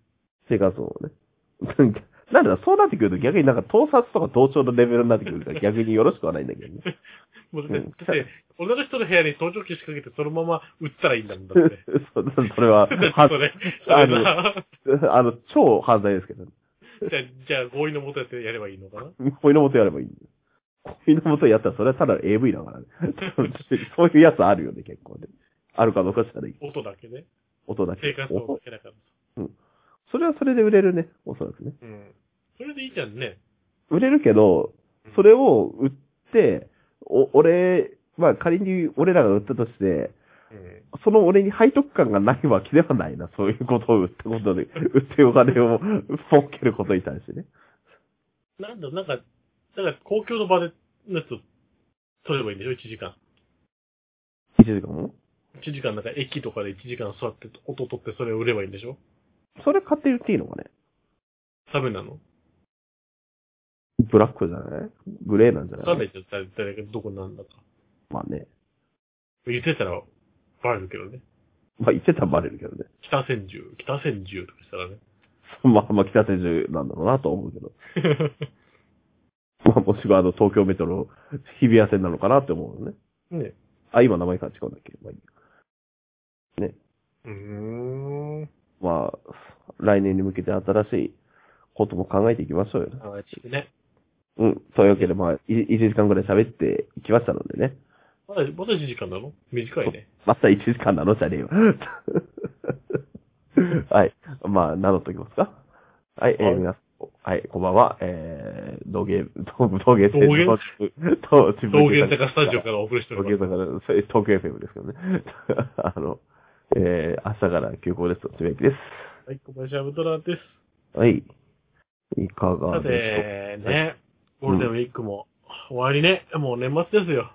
Speaker 1: 生活音をね。なんだ、そうなってくると逆になんか盗撮とか盗聴のレベルになってくる
Speaker 2: [laughs]
Speaker 1: から逆によろしくはないんだけどね。
Speaker 2: もうだ
Speaker 1: う
Speaker 2: って、
Speaker 1: ん
Speaker 2: だって女の人の部屋に盗聴器仕掛けてそのまま売ったらいいんだもんだって。
Speaker 1: [laughs] そうそれは、は
Speaker 2: [laughs] それ、それ [laughs] な。
Speaker 1: あの、超犯罪ですけど、ね、
Speaker 2: じゃあ、じゃあ合意のもとやってやればいいのかな
Speaker 1: [laughs] 恋の元やればいいんだよ。恋の元やったら、それはただの AV だからね。 [laughs] そういうやつあるよね、結構ね。あるかどうかしたらいい。
Speaker 2: 音だけね。
Speaker 1: 音だけ。
Speaker 2: 生活音だけだから。
Speaker 1: それはそれで売れるね、おそらくね。
Speaker 2: うん。それでいいじゃんね。
Speaker 1: 売れるけど、それを売って、お、俺、まあ仮に俺らが売ったとして、
Speaker 2: うん。
Speaker 1: その俺に背徳感がないわけではないな、そういうことを売ったことで、売ってお金を儲けることに対してね。
Speaker 2: なんだ、なんか、なんか公共の場で、のやつを取ればいいんでしょ ?1 時間。
Speaker 1: 1時間も
Speaker 2: 1時間なんか駅とかで1時間座って音取ってそれを売ればいいんでしょ
Speaker 1: それ買って売っていいのかね
Speaker 2: ダメなの
Speaker 1: ブラックじゃないグレーなんじゃ
Speaker 2: わ
Speaker 1: ない
Speaker 2: かんないじゃん。誰誰がどこなんだか。
Speaker 1: まあね。
Speaker 2: 言ってたら、バレるけどね。
Speaker 1: まあ言ってたらバレるけどね。 [laughs]
Speaker 2: 北千住、北千住とかしたらね。
Speaker 1: まあまあ北千住なんだろうなと思うけど。 [laughs] まあもしくはあの東京メトロ日比谷線なのかなって思うよね。
Speaker 2: ね。 [laughs]
Speaker 1: あ、今名前から違うんだっけまあいい
Speaker 2: うん。うん。
Speaker 1: まあ、来年に向けて新しいことも考えていきましょうよ。
Speaker 2: ああ、ちょっとね。
Speaker 1: うん。というわけでまあ、い1時間ぐらい喋っていきましたのでね。
Speaker 2: まだ、まだ1時間なの短いね。
Speaker 1: また1時間なのじゃねえよ。 [laughs] はい。まあ、名乗っときますか。はい、え
Speaker 2: は
Speaker 1: ー、
Speaker 2: い
Speaker 1: 皆さん。はい、こんばんは。えー、道芸、道道芸
Speaker 2: 道芸
Speaker 1: 道芸
Speaker 2: 道玄坂スタジオからお送りしてお
Speaker 1: 東京
Speaker 2: ります。
Speaker 1: だから、それ東京 FM ですけどね。 [laughs] あの、えー、朝から休校ですと、つぶやきです。
Speaker 2: はい、小林アブトラです。
Speaker 1: はい。いかが
Speaker 2: さ
Speaker 1: でしょう
Speaker 2: て、ね、ゴールデンウィークも終わりね。もう年末ですよ。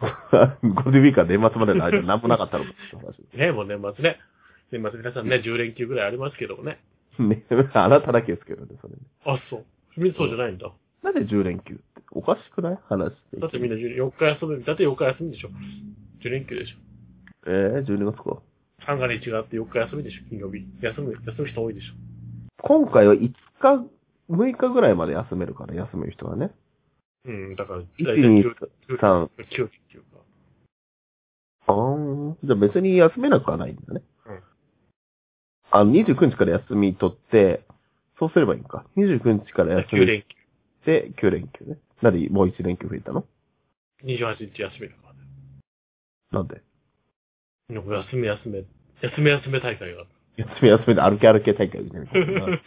Speaker 1: か。ゴールデンウィークは年末までの間、なんもなかったのかって話。
Speaker 2: ね、もう年末ね。年末皆さんね、10連休ぐらいありますけどもね。
Speaker 1: ね、あなただけですけどね、それね。
Speaker 2: あ、そう。みんなそうじゃないんだ。
Speaker 1: なんで10連休っておかしくない話して
Speaker 2: だってみんな4日休む、だって4日休みでしょ。10連休でしょ。
Speaker 1: えー、12月か。
Speaker 2: 3が日があって4日休みでしょ、金曜日。休む、休む人多いでしょ。
Speaker 1: 今回は5日、6日ぐらいまで休めるから、休める人はね。
Speaker 2: うん、だから、
Speaker 1: 1、
Speaker 2: 9
Speaker 1: 2、3。
Speaker 2: 9連休か。
Speaker 1: あーじゃあ別に休めなくはないんだね。
Speaker 2: うん。
Speaker 1: あの、29日から休み取って、そうすればいいんか。29日から休み
Speaker 2: 9
Speaker 1: 取
Speaker 2: 連
Speaker 1: って、9連休ね。なんでもう1連休増えたの
Speaker 2: 休。28日休みだからね。
Speaker 1: なんで
Speaker 2: なんか休め休め、休め休め大会があ
Speaker 1: 休み休みで歩け歩け大会みたい
Speaker 2: [laughs]
Speaker 1: な。
Speaker 2: る。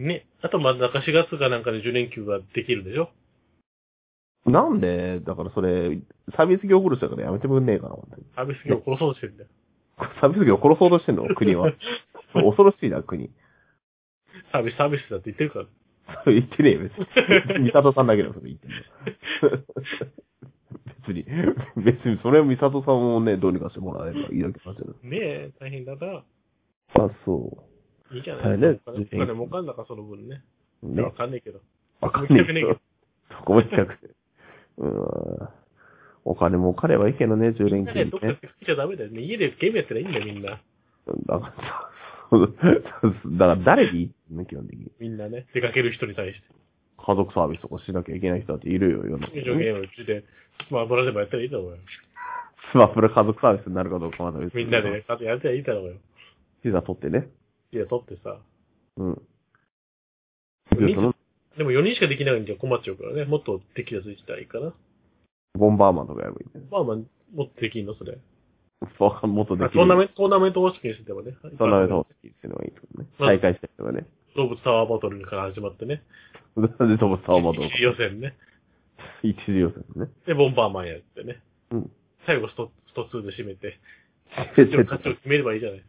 Speaker 2: ね。あと真ん中4月がなんかで10連休ができるでしょ。
Speaker 1: なんで、だからそれ、サービス業殺しだからやめてくんねえかな、本当に
Speaker 2: サービス業を殺そうとしてるんだよ。
Speaker 1: サービス業殺そうとしてんの国
Speaker 2: [laughs]
Speaker 1: は。そう恐ろしいな、国。
Speaker 2: サービス、サービスだって言ってるから。
Speaker 1: それ言ってねえよ、別 [laughs] に。ミサトさんだけだよ、それ言ってんの。別に、別に、それはミサトさんをね、どうにかしてもらえればいいだけの話だけど。
Speaker 2: ねえ、大変だな。
Speaker 1: あ、そ
Speaker 2: いいじゃ
Speaker 1: は
Speaker 2: ない
Speaker 1: いね
Speaker 2: お金お金儲かんだか、その分ね。
Speaker 1: う。
Speaker 2: い
Speaker 1: ね
Speaker 2: やわ。かんないけど。
Speaker 1: わかんねえけ
Speaker 2: わ
Speaker 1: ど。そこも近くて。 [laughs] うーん。お金儲かればいいけどね、10
Speaker 2: み
Speaker 1: 連
Speaker 2: んな
Speaker 1: 休
Speaker 2: ね、
Speaker 1: に
Speaker 2: どっか
Speaker 1: ね。
Speaker 2: 出かけちゃダメだよね。家でゲームやったらいいんだよ、みんな。
Speaker 1: だから、そうだから誰に言ってんの基本的に。
Speaker 2: みんなね、出かける人に対して。
Speaker 1: 家族サービスとかしなきゃいけない人だっているよ、世の中
Speaker 2: 以上ゲームうちで、まあ、ブラでもやったらいいだろうよ。
Speaker 1: スマブラ家族サービスになるかどうかまだ別
Speaker 2: みんなでね、ちゃんとやったらいいだろうよ。
Speaker 1: ピザ取ってね。
Speaker 2: いや、取ってさ。
Speaker 1: うん。
Speaker 2: み
Speaker 1: で
Speaker 2: ん
Speaker 1: そ
Speaker 2: な
Speaker 1: の
Speaker 2: でも4人しかできないんじゃ困っちゃうからね。もっとできるやついたらいいかな。
Speaker 1: ボンバーマンとかやればいいんだよね。
Speaker 2: まあまあ、もっとできんの、それ。
Speaker 1: そう、もっと
Speaker 2: ま
Speaker 1: で
Speaker 2: あ
Speaker 1: き
Speaker 2: トーナメ
Speaker 1: る。
Speaker 2: ント、トーナメント方式にしててもね。
Speaker 1: トーナメント方式っていうのがいいってことね。
Speaker 2: まあ
Speaker 1: 再開したりとかね。
Speaker 2: 動物タワーバトルから始まってね。
Speaker 1: なんでトムスターマとか
Speaker 2: 一。次予選ね。
Speaker 1: 一時予選ね。
Speaker 2: で、ボンバーマンやってね。
Speaker 1: うん。
Speaker 2: 最後スト、スト2で締めて。
Speaker 1: で
Speaker 2: 一応勝ちを決めればいいじゃない。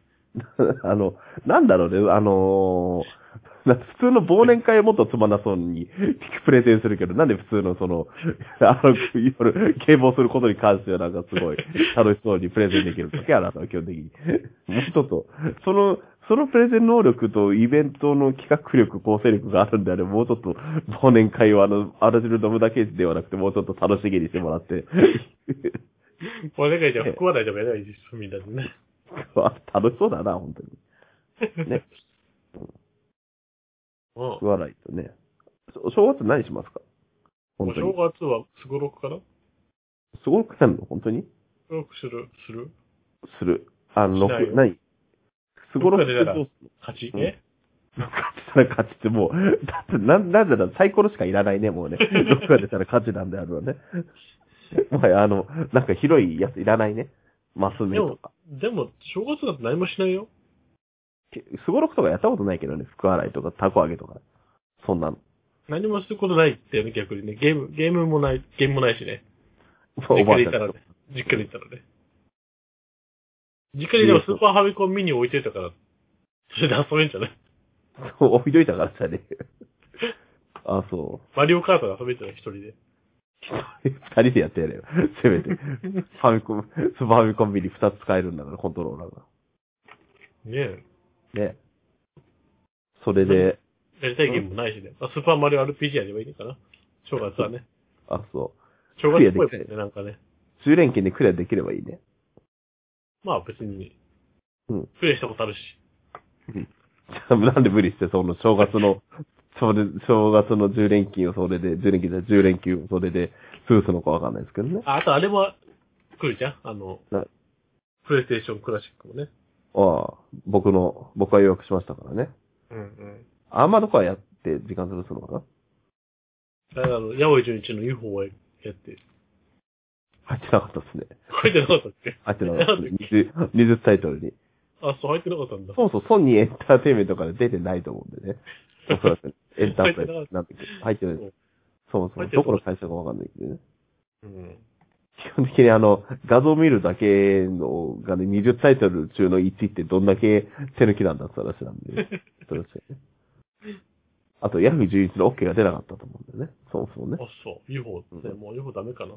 Speaker 1: [laughs] あの、なんだろうね、あのーな普通の忘年会はもっとつまんなそうにプレゼンするけど、なんで普通のその、 [laughs] あの、夜、警棒することに関してはなんかすごい楽しそうにプレゼンできるだけあなたは基本的に。もうちょっと、その、そのプレゼン能力とイベントの企画力、構成力があるんであれば、もうちょっと忘年会はあの、あら汁飲むだけではなくて、もうちょっと楽しげにしてもらって、 [laughs]
Speaker 2: 俺だけじゃ含まないでもやればいいです、みんなでね。
Speaker 1: 楽しそうだな、本当に。ね
Speaker 2: うん。
Speaker 1: 食わないとね。お正月何しますか
Speaker 2: お
Speaker 1: 本当に。
Speaker 2: 正月はすごろくかな
Speaker 1: すごくなるの本当に
Speaker 2: すごろくする、する
Speaker 1: する。あの、
Speaker 2: しないよ
Speaker 1: ろく何すごろく
Speaker 2: ど
Speaker 1: っ
Speaker 2: っかで
Speaker 1: て
Speaker 2: だ
Speaker 1: どう
Speaker 2: 勝ち、
Speaker 1: うん
Speaker 2: え
Speaker 1: 勝ったら勝ちってもう、だってなん、なんだろう、サイコロしかいらないね、
Speaker 2: [laughs]
Speaker 1: もうね。どっか出たら勝ちなんであるわね。もはや、あの、なんか広いやついらないね。マス目とか。
Speaker 2: でも、正月なんて何もしないよ。
Speaker 1: すごろくとかやったことないけどね、福洗いとか、たこ揚げとか。そんなの。
Speaker 2: 何もすることないってよね、逆にね。ゲーム、ゲームもない、ゲームもないしね。
Speaker 1: お
Speaker 2: 実
Speaker 1: ばあ
Speaker 2: 家
Speaker 1: ちゃ
Speaker 2: にい
Speaker 1: ん
Speaker 2: たら
Speaker 1: と
Speaker 2: ね。実家にいたらね。実家にでもスーパーファミコンミニ置いといたから、それで遊べんじゃない
Speaker 1: そう置いといたからさね。あ、そう。
Speaker 2: マリオカートで遊べんじゃない一人で。
Speaker 1: [laughs] 二人でやってやれよ。せめて。ファミコン、スーパーファミコンビニ二つ使えるんだから、コントローラーが。
Speaker 2: ね
Speaker 1: ね。それで、
Speaker 2: え。やりたいゲームもないしね。まあスーパーマリオ RPG やればいいのかな正月はね。
Speaker 1: あ、そ
Speaker 2: 正月っぽいもんね、なんかね。
Speaker 1: う。10連勤でクリアできればいいね。 [laughs]
Speaker 2: まあ別に、
Speaker 1: うん
Speaker 2: プレイしたことあるし。
Speaker 1: なんで無理して、その正月の、それ、正月の10連勤をそれで、10連勤じゃ10連休をそれで、スースのかわかんないですけどね。
Speaker 2: あ、あとあれも来るじゃんあの
Speaker 1: はい、
Speaker 2: プレイステーションクラシックもね。
Speaker 1: ああ、僕の、僕は予約しましたからね。
Speaker 2: うんうん。
Speaker 1: あんまどこはやって時間潰すのかな
Speaker 2: だからあの、八尾純一の UFO をやって、
Speaker 1: 入ってなかったっすね。
Speaker 2: 書いてなかったっけ
Speaker 1: 入ってなかったっすね。20、20タイトルに。
Speaker 2: あ、そう、入ってなかったんだ。
Speaker 1: そもそもソニーエンターテイメントから出てないと思うんで
Speaker 2: [laughs]
Speaker 1: ね。おそらく。エンタープライズ
Speaker 2: 入ってなかっ
Speaker 1: なんだっけ入ってないです。そもそも
Speaker 2: 入ってな
Speaker 1: ど
Speaker 2: か
Speaker 1: こ
Speaker 2: った
Speaker 1: の会社かわかんないけどね。
Speaker 2: [laughs] うん。
Speaker 1: 基本的にあの、画像見るだけのがね、20タイトル中の1ってどんだけ手抜きなんだって話なん
Speaker 2: [laughs]
Speaker 1: で、ね。それはそうねあと、ヤフー11の OK が出なかったと思うんだよね。そもそも
Speaker 2: あ
Speaker 1: ね。、
Speaker 2: そう、UFO って、
Speaker 1: うん
Speaker 2: もう UFO ダメかな。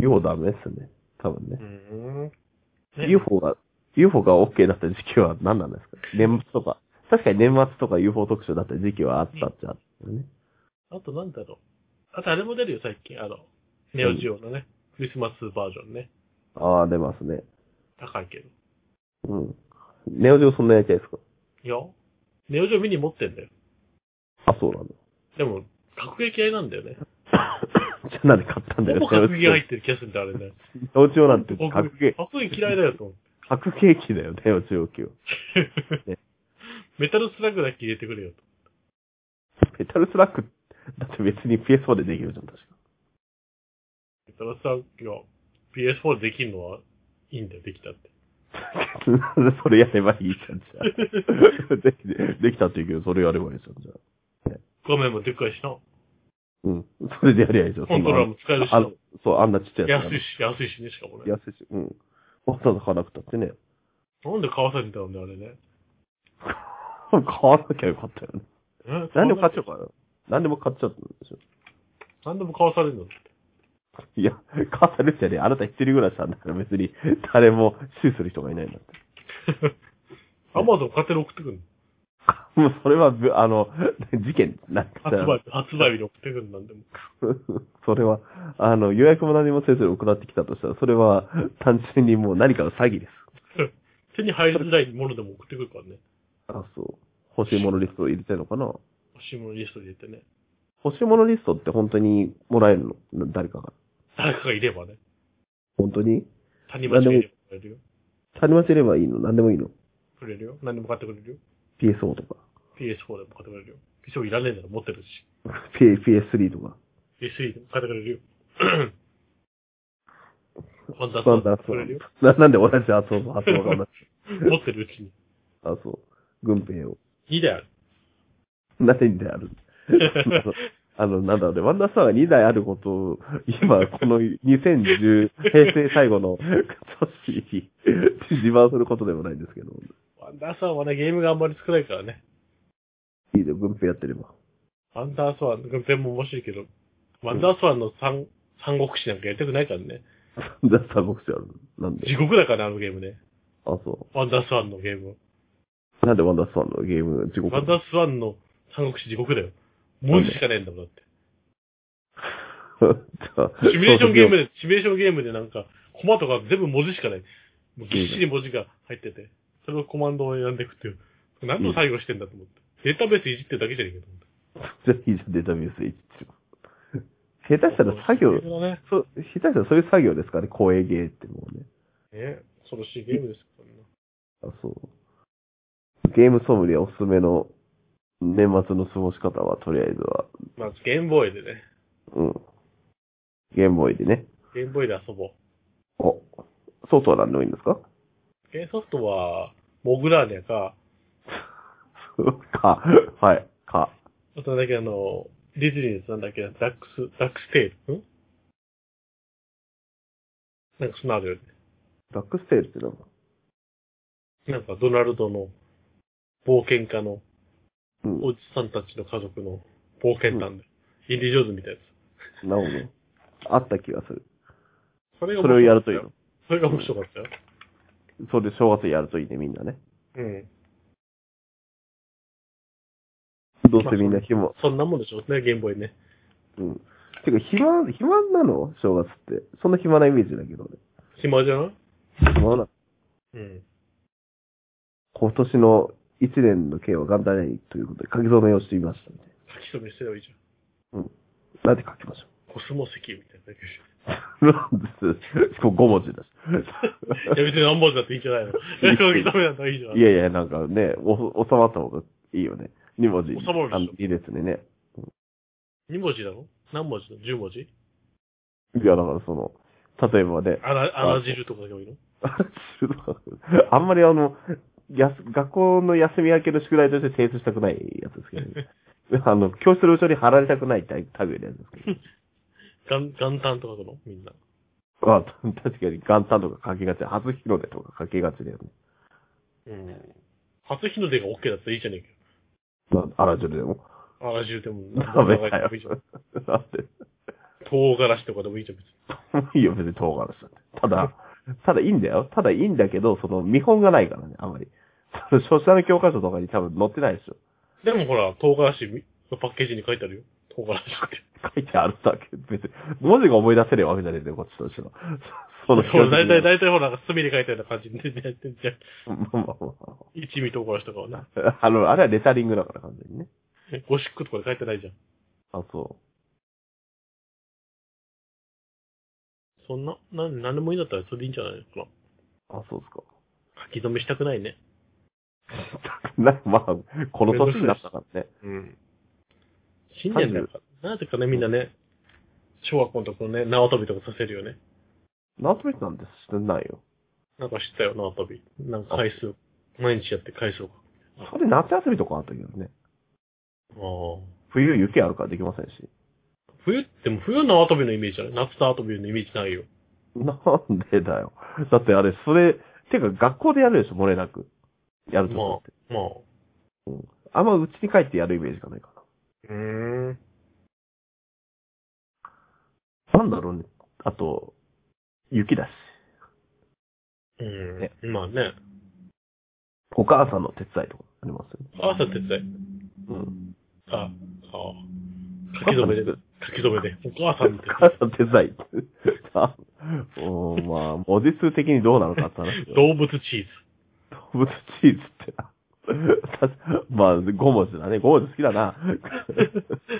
Speaker 1: UFO ダメですね。多分ね。
Speaker 2: ん。ね
Speaker 1: UFO が、UFO が OK だった時期は何なんですか年末とか、確かに年末とか UFO 特集だった時期はあったっちゃあったよね。
Speaker 2: あとなんだろう。あとあれも出るよ、最近。あの、ネオジオのね、クリスマスバージョンね。
Speaker 1: ああ、出ますね。
Speaker 2: 高いけど。
Speaker 1: うん。ネオジオそんなやりたいですか
Speaker 2: いや、ネオジオミニ持ってんだよ。
Speaker 1: あ、そう
Speaker 2: [laughs]
Speaker 1: なんだ。
Speaker 2: でも、核撃愛なんだよね。
Speaker 1: じゃあなんで買ったんだよ。
Speaker 2: ほぼ核撃入ってる気がするんだよ、あれね。
Speaker 1: ネオジオなんて [laughs]
Speaker 2: 僕
Speaker 1: 格ゲー、
Speaker 2: 核撃嫌いだよと思って。
Speaker 1: 格ゲー機だよ、ネオジオ機は。 [laughs]
Speaker 2: メタルスラグだけ入れてくれよと。
Speaker 1: メタルスラック、だって別に PS4 でできるじゃん、確か。 [laughs]
Speaker 2: メタルスラグが PS4 でできるのはいいんだよ、でき
Speaker 1: [laughs]
Speaker 2: たって。
Speaker 1: なんでそれやればいいじゃん、じゃあ。 [laughs] できできたって言うけど、それやればいいじゃん、じゃあ。
Speaker 2: 画面もでっかいしな。
Speaker 1: うん。それでやりゃいいじゃん、
Speaker 2: コントローラーも使えるし
Speaker 1: あのそう、あんなちっちゃいやつ
Speaker 2: 安いし、安いしね、しかもね。
Speaker 1: 安いし。うん。わざわざ買わなくたってね。 [laughs]
Speaker 2: なんで買わされたんだよ、あれね。
Speaker 1: 買わなきゃよかったよね。
Speaker 2: え
Speaker 1: 何でも買っちゃうから。何でも買っちゃったんでしょ。
Speaker 2: 何でも買わさ
Speaker 1: [laughs]
Speaker 2: れるの
Speaker 1: いや、買わされちゃね、あなた一人暮らしなんだから別に誰も支持する人がいないんだって。 [laughs]
Speaker 2: アマゾン勝手に送ってくる
Speaker 1: もうそれはぶ、あの、事件、なんかさ
Speaker 2: の。発売日、発売日に送ってくるなんでも。 [laughs]
Speaker 1: それは、あの、予約も何もせずに行ってきたとしたら、それは単純にもう何かの詐欺です。
Speaker 2: 手に入りづらいものでも送ってくるからね。
Speaker 1: あ、そう。欲しいものリストを入れてるのかな
Speaker 2: 欲しいものリストに入れてね。
Speaker 1: 欲しいものリストって本当にもらえるの誰かが。
Speaker 2: 誰かがいればね。
Speaker 1: 本当に
Speaker 2: 谷町がいればくれるよ。
Speaker 1: 谷町いればいいの何でもいいの
Speaker 2: くれるよ。何でも買ってくれるよ。
Speaker 1: ?PSO とか。 [laughs]
Speaker 2: PS4 でも買ってくれるよ。PS4 いらねえなら持ってるし。
Speaker 1: P- PS3 とか。
Speaker 2: PS3 でも買ってくれ
Speaker 1: [laughs]
Speaker 2: るよ。ワンダー
Speaker 1: な
Speaker 2: ソ
Speaker 1: んだな
Speaker 2: ー買ってくれるよ。
Speaker 1: ななんで同じ発音、発音が同じ。
Speaker 2: 持ってるうちに。
Speaker 1: あ、そう。軍兵を。
Speaker 2: 2台ある。 [laughs]
Speaker 1: 何であるあの、なんだろうね、ワンダースターが2台あることを、今、この2010、平成最後の年に自慢することでもないんですけど、
Speaker 2: ワンダーソーはね、ゲームがあんまり少ないからね。
Speaker 1: いいで、軍兵やってれば。
Speaker 2: ワンダーソーは、全部面白いけど、ワンダーソーの三、三国志なんかやりたくないからね。
Speaker 1: じゃあ、三国志あるなんで
Speaker 2: 地獄だからね、あのゲームね。
Speaker 1: あ、そ
Speaker 2: ワンダースワンのゲーム。
Speaker 1: う。なんでワンダースターのゲームが地獄
Speaker 2: ワンダースワンの三国志地獄だよ。文字しかねえんだもん、だって。シミュレーションゲームで、シミュレーションゲームでなんか、コマとか全部文字しかない。もうぎっしり文字が入ってて、それをコマンドを選んでいくっていう。何の作業してんだと思って。データベースいじってるだけじゃねえかと思って。
Speaker 1: じゃあいいじゃん、データベースで一応。下手したら作業
Speaker 2: 恐ろしい、ゲームだね。
Speaker 1: そう、下手したらそういう作業ですからね、光栄ゲーってもうね。
Speaker 2: ええ、恐ろしいゲームですからね。
Speaker 1: あ、そう。ゲームソムリエおすすめの年末の過ごし方は、とりあえずは、
Speaker 2: まず、ゲームボーイでね。
Speaker 1: うん。ゲームボーイでね。
Speaker 2: ゲームボーイで遊ぼう。
Speaker 1: お、ソフトは何でもいいんですか [laughs]
Speaker 2: ゲームソフトは、モグラーニャか、
Speaker 1: か、はい、か。
Speaker 2: あとなんだっけ、あの、ディズニーのやつなんだっけ、ダックス、ダックステール。んなんかそんなのあるよね。
Speaker 1: ダックステールってなんか、
Speaker 2: なんかドナルドの冒険家の
Speaker 1: うん。
Speaker 2: おじさんたちの家族の冒険団で、インディ・ジョーンズみたいなや
Speaker 1: なるほど。あった気がする。
Speaker 2: つ。それ
Speaker 1: それをやるといいの
Speaker 2: よ。。それが面白かったよ。
Speaker 1: それで正月にやるといいね、みんなね。
Speaker 2: うん。
Speaker 1: どうせみんな暇。
Speaker 2: そんなもんでしょうね、ゲームボーイね。
Speaker 1: うん。てか、暇、暇なの正月って。そんな暇なイメージだけどね。
Speaker 2: 暇じゃない
Speaker 1: 暇な。
Speaker 2: うん。
Speaker 1: 今年の一年の件は元旦にということで、書き初めをしてみました、ね。
Speaker 2: 書き留めしてればいいじ
Speaker 1: なんて書きましょ
Speaker 2: ゃん。コスモ石みたいなだけでし
Speaker 1: う。なんです。しかも5文字
Speaker 2: [laughs]
Speaker 1: だし。
Speaker 2: ょ。いや、別に何本だっていいんじゃないの。 [laughs] 書き留めなんだいいじゃん。
Speaker 1: いやいや、なんかね、お収まった方がいいよね。2文字。
Speaker 2: 収まるでしょ
Speaker 1: あのいいですねね。
Speaker 2: 2文字なの何文字なの ?10 文字
Speaker 1: いや、だからその、例えばね、
Speaker 2: あら、あら汁とかが多いの
Speaker 1: [laughs] あんまりあの、やす学校の休み明けの宿題として提出したくないやつですけど、
Speaker 2: [laughs]
Speaker 1: ね、あの、教室の後ろに貼られたくないタイタグのやつですけ
Speaker 2: 元元旦とかのみんな。
Speaker 1: ど。あ確かに元旦とか書きがち、初日の出とか書きがちだよね。
Speaker 2: うん。初日の出が OK だったらいいじゃねえ
Speaker 1: まあ、あらじゅる
Speaker 2: [laughs]
Speaker 1: でも。
Speaker 2: かよ。あら汁でも、
Speaker 1: ダメだよ
Speaker 2: いい
Speaker 1: [laughs]
Speaker 2: じゃん。
Speaker 1: だって、
Speaker 2: 唐辛子とかでもいいじゃん、別
Speaker 1: [laughs]
Speaker 2: に。
Speaker 1: いいよ、別に唐辛子だって。ただ、ただいいんだよ。ただいいんだけど、その見本がないからね、あまり。 [laughs] 書写の教科書とかに多分載ってないでしょ。
Speaker 2: でもほら、唐辛子のパッケージに書いてあるよ。唐辛子って。
Speaker 1: 書いてあるだけ。別に、文字が思い出せるわけじゃねえんだよ、こっちとしては。 [laughs] その
Speaker 2: [laughs] そう、だいたい、だいたいほら、墨で書いたような感じでやってんじゃん。
Speaker 1: まあまあま
Speaker 2: 一味唐辛子とかはな。
Speaker 1: [laughs] あ。あの、あれはレタリングだから、完全にね。
Speaker 2: ゴシックとかで書いてないじゃん。
Speaker 1: あ、そ
Speaker 2: そんな、な、なんでもいいんだったらそれでいいんじゃないのか
Speaker 1: う。あ、そうっすか。 [laughs]
Speaker 2: な。書き留めしたくないね。
Speaker 1: な、まあ、この年になったからね。
Speaker 2: うん。新年だから。なぜかね、みんなね、小学校のところね、縄跳びとかさせるよね。
Speaker 1: なんとなくなんですしてないよ。
Speaker 2: なんか知ったよ、縄跳び。なんか回数、毎日やって回数を。
Speaker 1: それ夏休みとかあったけどね。
Speaker 2: ああ。
Speaker 1: 冬雪あるからできませんし。
Speaker 2: 冬っても冬の縄跳びのイメージじゃない夏の縄跳びのイメージないよ。
Speaker 1: [laughs] なんでだよ。だってあれ、それ、てか学校でやるでしょ、漏れなく。やると
Speaker 2: ま
Speaker 1: 思って。
Speaker 2: あ、まあ。
Speaker 1: あんまうちに帰ってやるイメージがないか
Speaker 2: うーん。
Speaker 1: な。なんだろうね。あと、雪だし。
Speaker 2: うん。
Speaker 1: ね
Speaker 2: まあね。
Speaker 1: お母さんの手伝いとかありますよね。
Speaker 2: 朝手伝い。
Speaker 1: うん。
Speaker 2: あ、ああ。書き留めで、書き留めで。お母さんの
Speaker 1: お
Speaker 2: 手
Speaker 1: 母さんの手伝い。あ [laughs] おーまあ、文字数的にどうなのかって話だ
Speaker 2: [laughs]
Speaker 1: けど。
Speaker 2: 伝い。動物チーズ。
Speaker 1: 動物チーズって [laughs] な。まあ、5文字だね。5文字好きだな。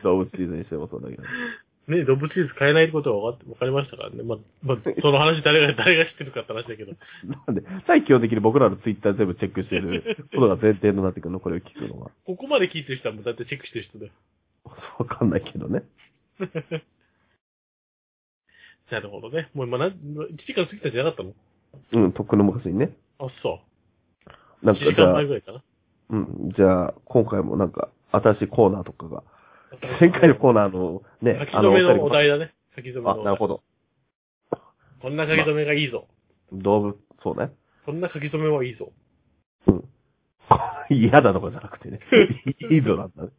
Speaker 1: 動物チーズにしてもそうだけど。
Speaker 2: ね、動物チーズ買えないことは分かって分かりましたからね。まあ、
Speaker 1: [laughs]
Speaker 2: まあ、その話誰が、誰が知ってるかって話だけど。
Speaker 1: なんで、最基本的に僕らのツイッター全部チェックして
Speaker 2: [laughs]
Speaker 1: ることが前提になってくるの、これを聞くのは。
Speaker 2: ここまで聞いてる人はもうだってチェックしてる人だよ。 [laughs]
Speaker 1: わかんないけどね。
Speaker 2: なるほどね。もう今な、1時間過ぎたんじゃなかったの
Speaker 1: うん、とっくの昔にね。
Speaker 2: あ、そ
Speaker 1: な
Speaker 2: う。
Speaker 1: ん
Speaker 2: 1
Speaker 1: か、
Speaker 2: 時
Speaker 1: じ
Speaker 2: 間
Speaker 1: ゃあ
Speaker 2: 前、ぐらいかな。
Speaker 1: うん、じゃあ、今回もなんか、新しいコーナーとか
Speaker 2: [laughs]
Speaker 1: が、前回のコーナーのね
Speaker 2: 書 [laughs] き、
Speaker 1: あの、
Speaker 2: 留めのお
Speaker 1: お二
Speaker 2: 題だね。書き
Speaker 1: 人
Speaker 2: 留めの
Speaker 1: があ、
Speaker 2: お
Speaker 1: なる
Speaker 2: 題。
Speaker 1: ほど。
Speaker 2: こんな書き留めがいいぞ。
Speaker 1: 動物、そうね。 [laughs]
Speaker 2: こんな書き留めはいいぞ。
Speaker 1: うん。嫌だとかじゃなく
Speaker 2: [laughs]
Speaker 1: てね。いいぞなんだね。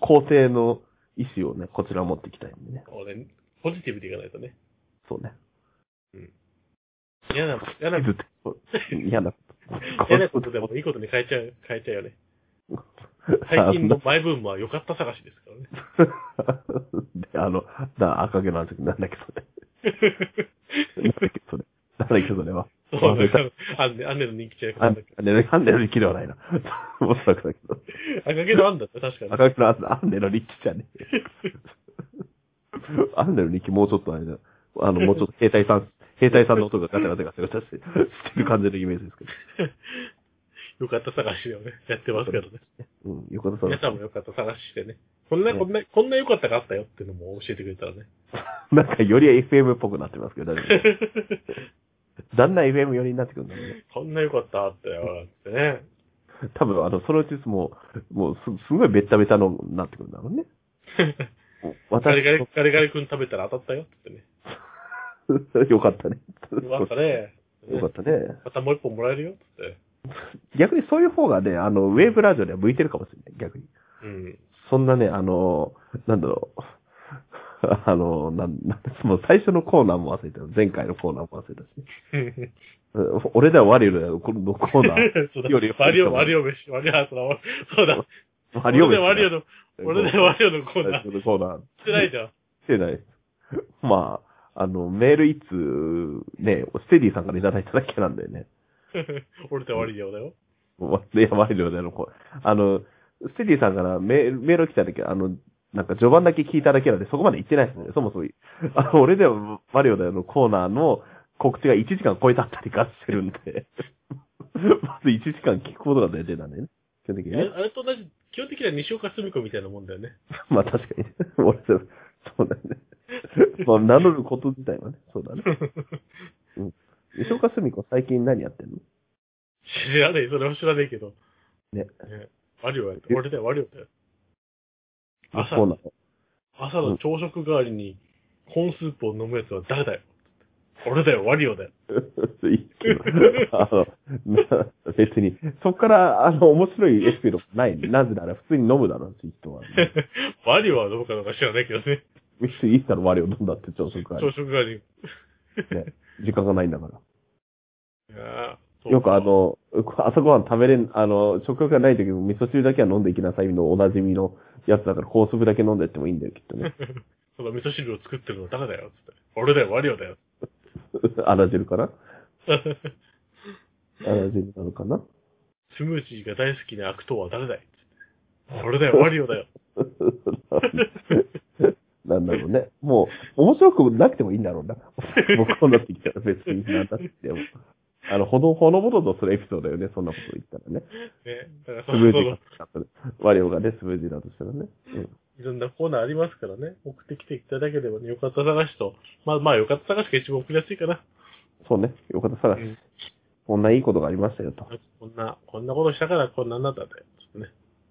Speaker 1: 肯定の意思をね、こちら持っていきたいんでね。
Speaker 2: こうね、ポジティブでいかないとね。
Speaker 1: そうね。
Speaker 2: 嫌な、嫌な、
Speaker 1: ずっと [laughs] 嫌なこと。
Speaker 2: [laughs] 嫌なことでもいいことに変えちゃう、変えちゃうよね。
Speaker 1: [laughs]
Speaker 2: 最近のマイブームは良かった探しですからね。
Speaker 1: [laughs] で、あの、だ赤毛の時なんだっけ
Speaker 2: [laughs]
Speaker 1: それ。なんだっけそれ。なんだっけそれは。
Speaker 2: そうね。あんね、あんねの人気じゃな
Speaker 1: あ
Speaker 2: くな
Speaker 1: あ
Speaker 2: んだっけ
Speaker 1: アンネの力ではないな。 [laughs] おそらくだけど。
Speaker 2: 赤毛のあんだった、確かに。
Speaker 1: 赤毛のアンネの力じゃねえ。アンネの力もうちょっとあれだ。あ
Speaker 2: [laughs]
Speaker 1: の、もうちょっと兵隊さん、兵隊さんの音がガチャガチャガチャガチャして、してる感じのイメージですけ
Speaker 2: [laughs] よかった探しをね、やってますけどね。
Speaker 1: ど。うん、横田さん。
Speaker 2: 皆さんもよかった探ししてね。こんな、
Speaker 1: ね
Speaker 2: こんな、こんな良かったがあったよっていうのも教えてくれた [laughs] らね。
Speaker 1: なんかより FM っぽくなってますけど、大丈夫ですだんだん FM 寄りになってくるんだよね。
Speaker 2: こんな良かったあったよ、ってね。
Speaker 1: 多分、あの、そのうちもう、もうす、すごいベッタベタのになってくるんだろうね。
Speaker 2: ガリガ
Speaker 1: 私
Speaker 2: リ、ガリガリ君食べたら当たったよってね。
Speaker 1: [laughs] よかったね。
Speaker 2: よかったね。
Speaker 1: よかったね。
Speaker 2: またもう一本もらえるよって。
Speaker 1: 逆にそういう方がね、あの、ウェーブラジオには向いてるかもしれない、逆に。
Speaker 2: うん。
Speaker 1: そんなね、あの、なんだろう。 [laughs] あの、なん、なんもう最初のコーナーも忘れたよ。前回のコーナーも忘れたし。うん俺では我よりはこのコーナー。
Speaker 2: [laughs] そう
Speaker 1: より
Speaker 2: だ。ワリオ、ワリオ飯、ワリオ、そうだ。
Speaker 1: マリオ
Speaker 2: 俺でワリオ
Speaker 1: の
Speaker 2: の、俺でワリオのコーナー、し
Speaker 1: のコーナー。
Speaker 2: てないじゃん。 [laughs]
Speaker 1: してない。まあ、あの、メール一通、ね、ステディさんからいただいただけなんだよね。
Speaker 2: 俺でワリオだよ。
Speaker 1: もうやばい量だよ、これ。あの、ステディさんからメールメール来た時あの、なんか序盤だけ聞いただけなんで、そこまで行ってないですね。そもそも。あの、俺ではマリオだよのコーナーの告知が1時間超えたあたりからしてるんで、 [laughs] まず1時間聞くことが大事なんだよね。基本的に
Speaker 2: あ
Speaker 1: ね
Speaker 2: れ。あれと同じ、基本的には西岡澄子みたいなもんだよ
Speaker 1: [laughs]
Speaker 2: ね。
Speaker 1: まあ確かにね。俺でもそうだね。まあ名乗ること自体はね、そうだね。うん。石岡澄子最近何やってんの
Speaker 2: 知らねえ、それは知らねえけど。
Speaker 1: ね。
Speaker 2: ワリオやった。俺だよ、ワリオだよ。朝
Speaker 1: コーナー。
Speaker 2: 朝の朝食代わりに、コーンスープを飲むやつは誰だよ。俺だよ、ワリオだよ。
Speaker 1: いいけどあの、な別に、そこから、あの、面白いエピソードない。なぜなら、普通に飲むだろうっていう人は、ね。
Speaker 2: ワリオはどうかなんか知らないけどね。
Speaker 1: 別にいいから我を飲んだって朝食会
Speaker 2: 朝。食代わりに。
Speaker 1: 時間がないんだから。
Speaker 2: いやーそう
Speaker 1: よく
Speaker 2: [laughs]
Speaker 1: あの、朝ごはん食べれん、あの、食欲がない時も味噌汁だけは飲んでいきなさいのおなじみのやつだから、高速だけ飲んでってもいいんだよ、きっと
Speaker 2: [laughs]
Speaker 1: ね。
Speaker 2: その味噌汁を作ってるのは誰だよ、つって。俺だよ、ワリオだよ。
Speaker 1: あら汁かなあら汁なのかな
Speaker 2: スムージーが大好きな悪党は誰だいつって俺だよ、ワリオだ
Speaker 1: [laughs]
Speaker 2: よ。
Speaker 1: なんだろうね。もう、面白くなくてもいいんだろう
Speaker 2: [laughs]
Speaker 1: な。僕こうなってきたら別になんだっても。あの、ほの、ほのぼのとするエピソードだよね、そんなこと言ったらね。
Speaker 2: ね。だから
Speaker 1: ス
Speaker 2: そ
Speaker 1: ムー
Speaker 2: の、
Speaker 1: ジ
Speaker 2: そ
Speaker 1: ー
Speaker 2: の
Speaker 1: が、ワリオがね、スムージーだとしたらね。うん
Speaker 2: いろんなコーナーありますからね。送ってきていただければね、よかった探しと。まあまあ、よかった探しが一番送りやすいかな。
Speaker 1: そうね、よかった
Speaker 2: う
Speaker 1: 探し。
Speaker 2: ん。
Speaker 1: こんないいことがありましたよと。
Speaker 2: こんな、こんなことしたからこんなんなったんだよ。つってね。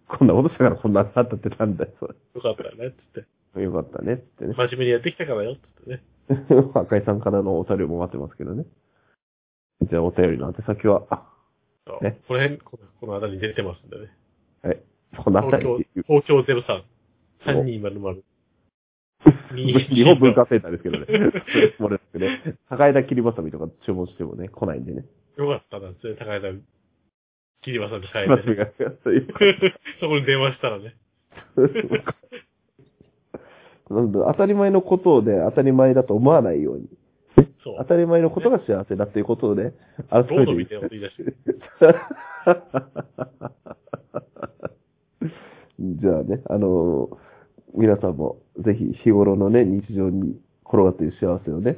Speaker 1: こんなことしたからこんなになったってなんだよ、そ
Speaker 2: よかったよね。つって。
Speaker 1: れ。よかったね、ってね。
Speaker 2: 真面目にやってきたからよ。つってね。
Speaker 1: 赤井さんからのお便りも待ってますけどね。じゃあお便りの宛先は、あ、
Speaker 2: そう
Speaker 1: ね
Speaker 2: この辺、このこの辺りに出てますんでね。
Speaker 1: はい。このあたり
Speaker 2: 東
Speaker 1: っ
Speaker 2: 京
Speaker 1: ていう、。
Speaker 2: 東京03。3200。
Speaker 1: 日本文化センターですけどね。もれですけど、高枝切りばさみとか注文してもね、来ないんでね。
Speaker 2: [laughs] よかったなんですね、高枝、切りまさんに
Speaker 1: [laughs]
Speaker 2: 帰
Speaker 1: 切りば
Speaker 2: っ
Speaker 1: さみ
Speaker 2: て。
Speaker 1: が、そういう。
Speaker 2: [laughs] そこに電話したらね。
Speaker 1: なんだ当たり前のことをね、当たり前だと思わないように。
Speaker 2: そ
Speaker 1: 当
Speaker 2: う。
Speaker 1: たり前のことが幸せだということをね、改
Speaker 2: ロー
Speaker 1: めて
Speaker 2: ドみ [laughs] たいなこと言い出して。
Speaker 1: じゃあね、あの皆さんもぜひ日頃のね、日常に転がっている幸せをね、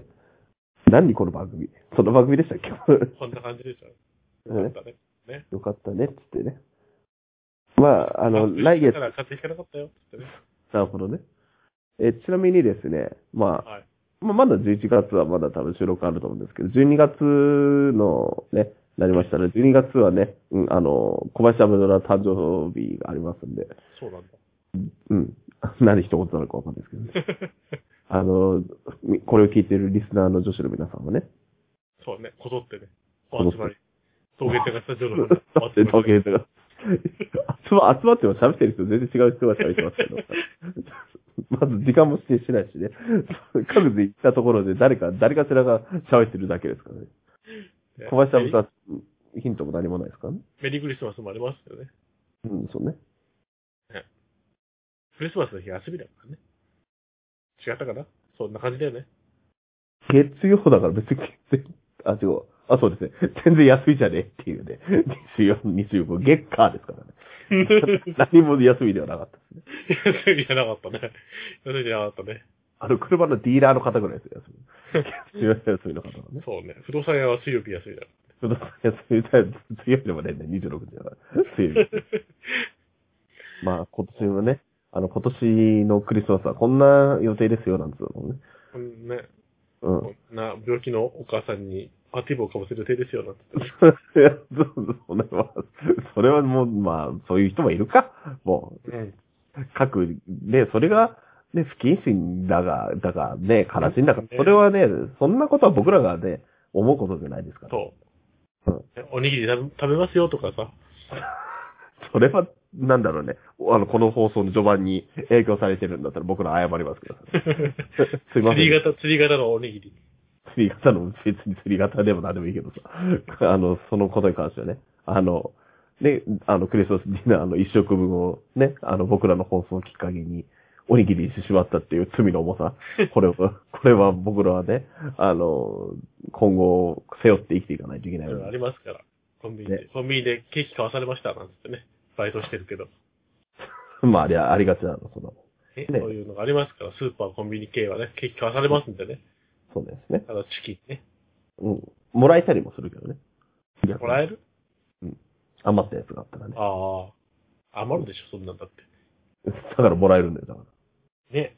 Speaker 1: 何この番組その番組でしたっけ
Speaker 2: こんな感じでした。
Speaker 1: ね
Speaker 2: よかったね。
Speaker 1: よかったね、つってね。まあ、あの、来
Speaker 2: だ
Speaker 1: 月
Speaker 2: か、ら買って引かなかったよ。つってね。
Speaker 1: なるほどね。え、ちなみにですね、まあ、
Speaker 2: はい。
Speaker 1: まあ、まだ11月はまだ多分収録あると思うんですけど、12月のね、なりましたら、12月はね、うん、あの、小林アブドラ誕生日がありますんで、
Speaker 2: そうなんだ。
Speaker 1: うん。 [laughs] 何一言なのかわかんないですけどね。あの、みこれを聞いてるリスナーの女子の皆さんもね、
Speaker 2: [laughs] そうね。こぞってね。
Speaker 1: こぞ
Speaker 2: お
Speaker 1: って
Speaker 2: 集まり。陶芸店がスタジオの [laughs] 方に
Speaker 1: [laughs] 集
Speaker 2: 集まり。
Speaker 1: ま [laughs] 集まっても喋ってる人全然違う人が喋ってますけど。 [laughs] まず時間も指定してないしね。 [laughs] 各自行ったところで誰か、誰かしらが喋ってるだけですからね。小林さんもさ、ヒントも何もないですからね。
Speaker 2: メリークリスマスもありますよね。
Speaker 1: うん、そうね。
Speaker 2: クリスマスの日休みだからね。違ったかなそんな感じだよね。
Speaker 1: 月曜だから別に全然、あ、違う。あ、そうですね。全然休みじゃねえっていうね。24、25、月火ですからね。何も休みではなかったですね。
Speaker 2: 休みじゃなかったね。休みじゃなかったね。
Speaker 1: あの、車のディーラーの方ぐらいですよ、休み。休み休みの方はね。
Speaker 2: そうね。不動産屋は水曜日休みだ。
Speaker 1: ちょっと休みたい。水曜日でもね、26時だから。水曜
Speaker 2: [laughs]
Speaker 1: 日。まあ、今年もね、あの、今年のクリスマスはこんな予定ですよ、なんつうのもね。
Speaker 2: うんね。
Speaker 1: う
Speaker 2: こ
Speaker 1: ん。 [laughs]
Speaker 2: んな病気のお母さんにアティブをかぶせる手ですよ、なんて言って。
Speaker 1: そうそれは、それはもう、まあ、そういう人もいるか。もう、
Speaker 2: うん。
Speaker 1: 各、ね、それが、ね、不謹慎だが、だが、ね、悲しいんだから
Speaker 2: ね、
Speaker 1: それはね、そんなことは僕らがね、思うことじゃないですから。
Speaker 2: そ
Speaker 1: う
Speaker 2: う
Speaker 1: ん。
Speaker 2: おにぎり食べ食べますよとかさ。
Speaker 1: それは、なんだろうね、あの、この放送の序盤に影響されてるんだったら僕ら謝りますけど。 [laughs] すいませ
Speaker 2: 釣り
Speaker 1: ん。
Speaker 2: 型、釣り型のおにぎり。
Speaker 1: 釣り型の、別に釣り型でも何でもいいけどさ。 [laughs] あの、そのことに関してはね、あの、ね、あの、クリスマスディナーの一食分をね、あの、僕らの放送をきっかけに、おにぎりにしてしまったっていう罪の重
Speaker 2: [laughs]
Speaker 1: さ。これは、これは僕らはね、あの、今後、背負って生きていかないといけない
Speaker 2: いろいろあ
Speaker 1: ので。
Speaker 2: りますから。コンビニで。コンビニでケーキ買わされました、なんつってね。バイトしてるけど。
Speaker 1: まあ、あれはありがちなの、その、
Speaker 2: ね
Speaker 1: ね
Speaker 2: そういうのがありますから、スーパー、コンビニ系はね、ケーキ買わされますんでね。
Speaker 1: そうですね。
Speaker 2: あの、チキンね。
Speaker 1: うん。もらえたりもするけどね。
Speaker 2: もらえ
Speaker 1: る
Speaker 2: る
Speaker 1: 余ったやつがあったらね。
Speaker 2: ああ。余るでしょ、そんなんだって。
Speaker 1: だからもらえるんだよ、だから。
Speaker 2: ね。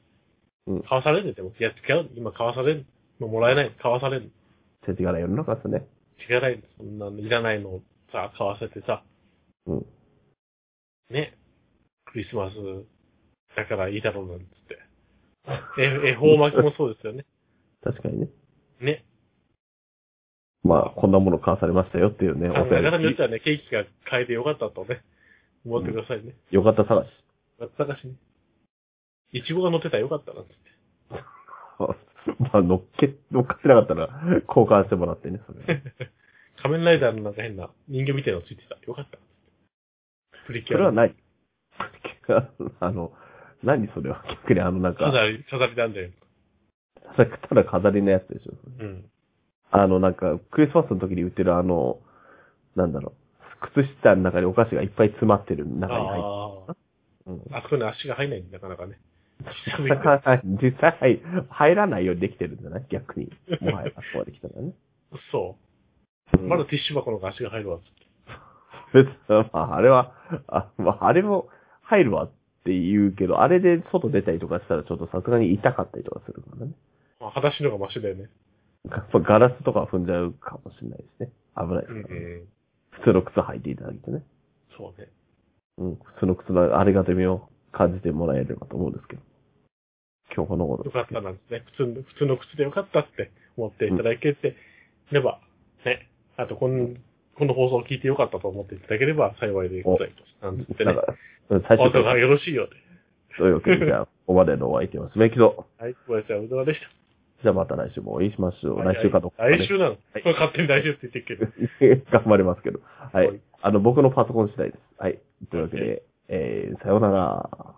Speaker 1: うん
Speaker 2: 買わされんねでも。いや、違う。今買わされん。もうもらえない。買わされん。
Speaker 1: 世知がない世の中ですね。
Speaker 2: 違うない。そんなのいらないのをさ、買わせてさ。
Speaker 1: うん。
Speaker 2: ね。クリスマスだからいいだろうなんつって。え、恵方巻きもそうですよね。
Speaker 1: 確かにね。
Speaker 2: ね。
Speaker 1: まあ、こんなもの買わされましたよっていうね、
Speaker 2: 考
Speaker 1: お
Speaker 2: え方によ
Speaker 1: 便
Speaker 2: ってはね、ケーキが買えてよかったとね、思ってくださいね。
Speaker 1: り。よかった探し。 [laughs]
Speaker 2: あったかしね。いちごが乗ってたらよかったなっつって。
Speaker 1: まあ、乗っけ、乗っかってなかったら、交換してもらってね、それ。
Speaker 2: [laughs] 仮面ライダーのなんか変な人形みたいなのついてた。よかった。プリ
Speaker 1: そ
Speaker 2: キュ
Speaker 1: れ
Speaker 2: ア
Speaker 1: は
Speaker 2: の
Speaker 1: ない。 [laughs] あの、何それは逆にあのなんか、
Speaker 2: 飾り、飾りなんで。
Speaker 1: ただただ飾りのやつでしょ。
Speaker 2: うん。
Speaker 1: あのなんか、クリスマスの時に売ってるあの、なんだろう、靴下の中にお菓子がいっぱい詰まってる中に入って
Speaker 2: ああ。
Speaker 1: うん
Speaker 2: あそこに足が入んないんだなかなかね。
Speaker 1: 実際、実際入入らないようにできてるんじゃない逆に。もはや、あそこまで来たらね。
Speaker 2: そ
Speaker 1: うん
Speaker 2: う。まだティッシュ箱の方が足が入るわ。
Speaker 1: 別に、 [laughs] まあ、あれは、あまあ、あれも入るわって言うけど、あれで外出たりとかしたらちょっとさすがに痛かったりとかするからね。
Speaker 2: まあ、裸足の方がマシだよね。
Speaker 1: やっぱガラスとか踏んじゃうかもしれないですね。危ないで
Speaker 2: うん
Speaker 1: すからね。
Speaker 2: うん。
Speaker 1: 普通の靴履いていただいてね。
Speaker 2: そうね。
Speaker 1: うん、普通の靴のありがたみを感じてもらえればと思うんですけど。今日この頃。
Speaker 2: よかったなんですね。普通の、普通の靴でよかったって思っていただけてれば、ね。あと、この、この放送を聞いてよかったと思っていただければ幸いでございます。なんつって
Speaker 1: だ
Speaker 2: ね
Speaker 1: か。ら、うん最
Speaker 2: お
Speaker 1: 初
Speaker 2: 後
Speaker 1: か
Speaker 2: が
Speaker 1: ら、
Speaker 2: よろしいようで。
Speaker 1: というわけで、じゃあ、ここまでのお相手は、すめきぞ。
Speaker 2: はい、ごめんなさい、うどらでした。
Speaker 1: じゃあまた来週もお会いしましょう。
Speaker 2: はい
Speaker 1: 来週かどうか、
Speaker 2: 来週なの。これ勝手に来週って言ってるけど。
Speaker 1: [laughs] 頑張りますけど。は
Speaker 2: はいい。
Speaker 1: あの、僕のパソコン次第です。はい。というわけで、えー、さようなら。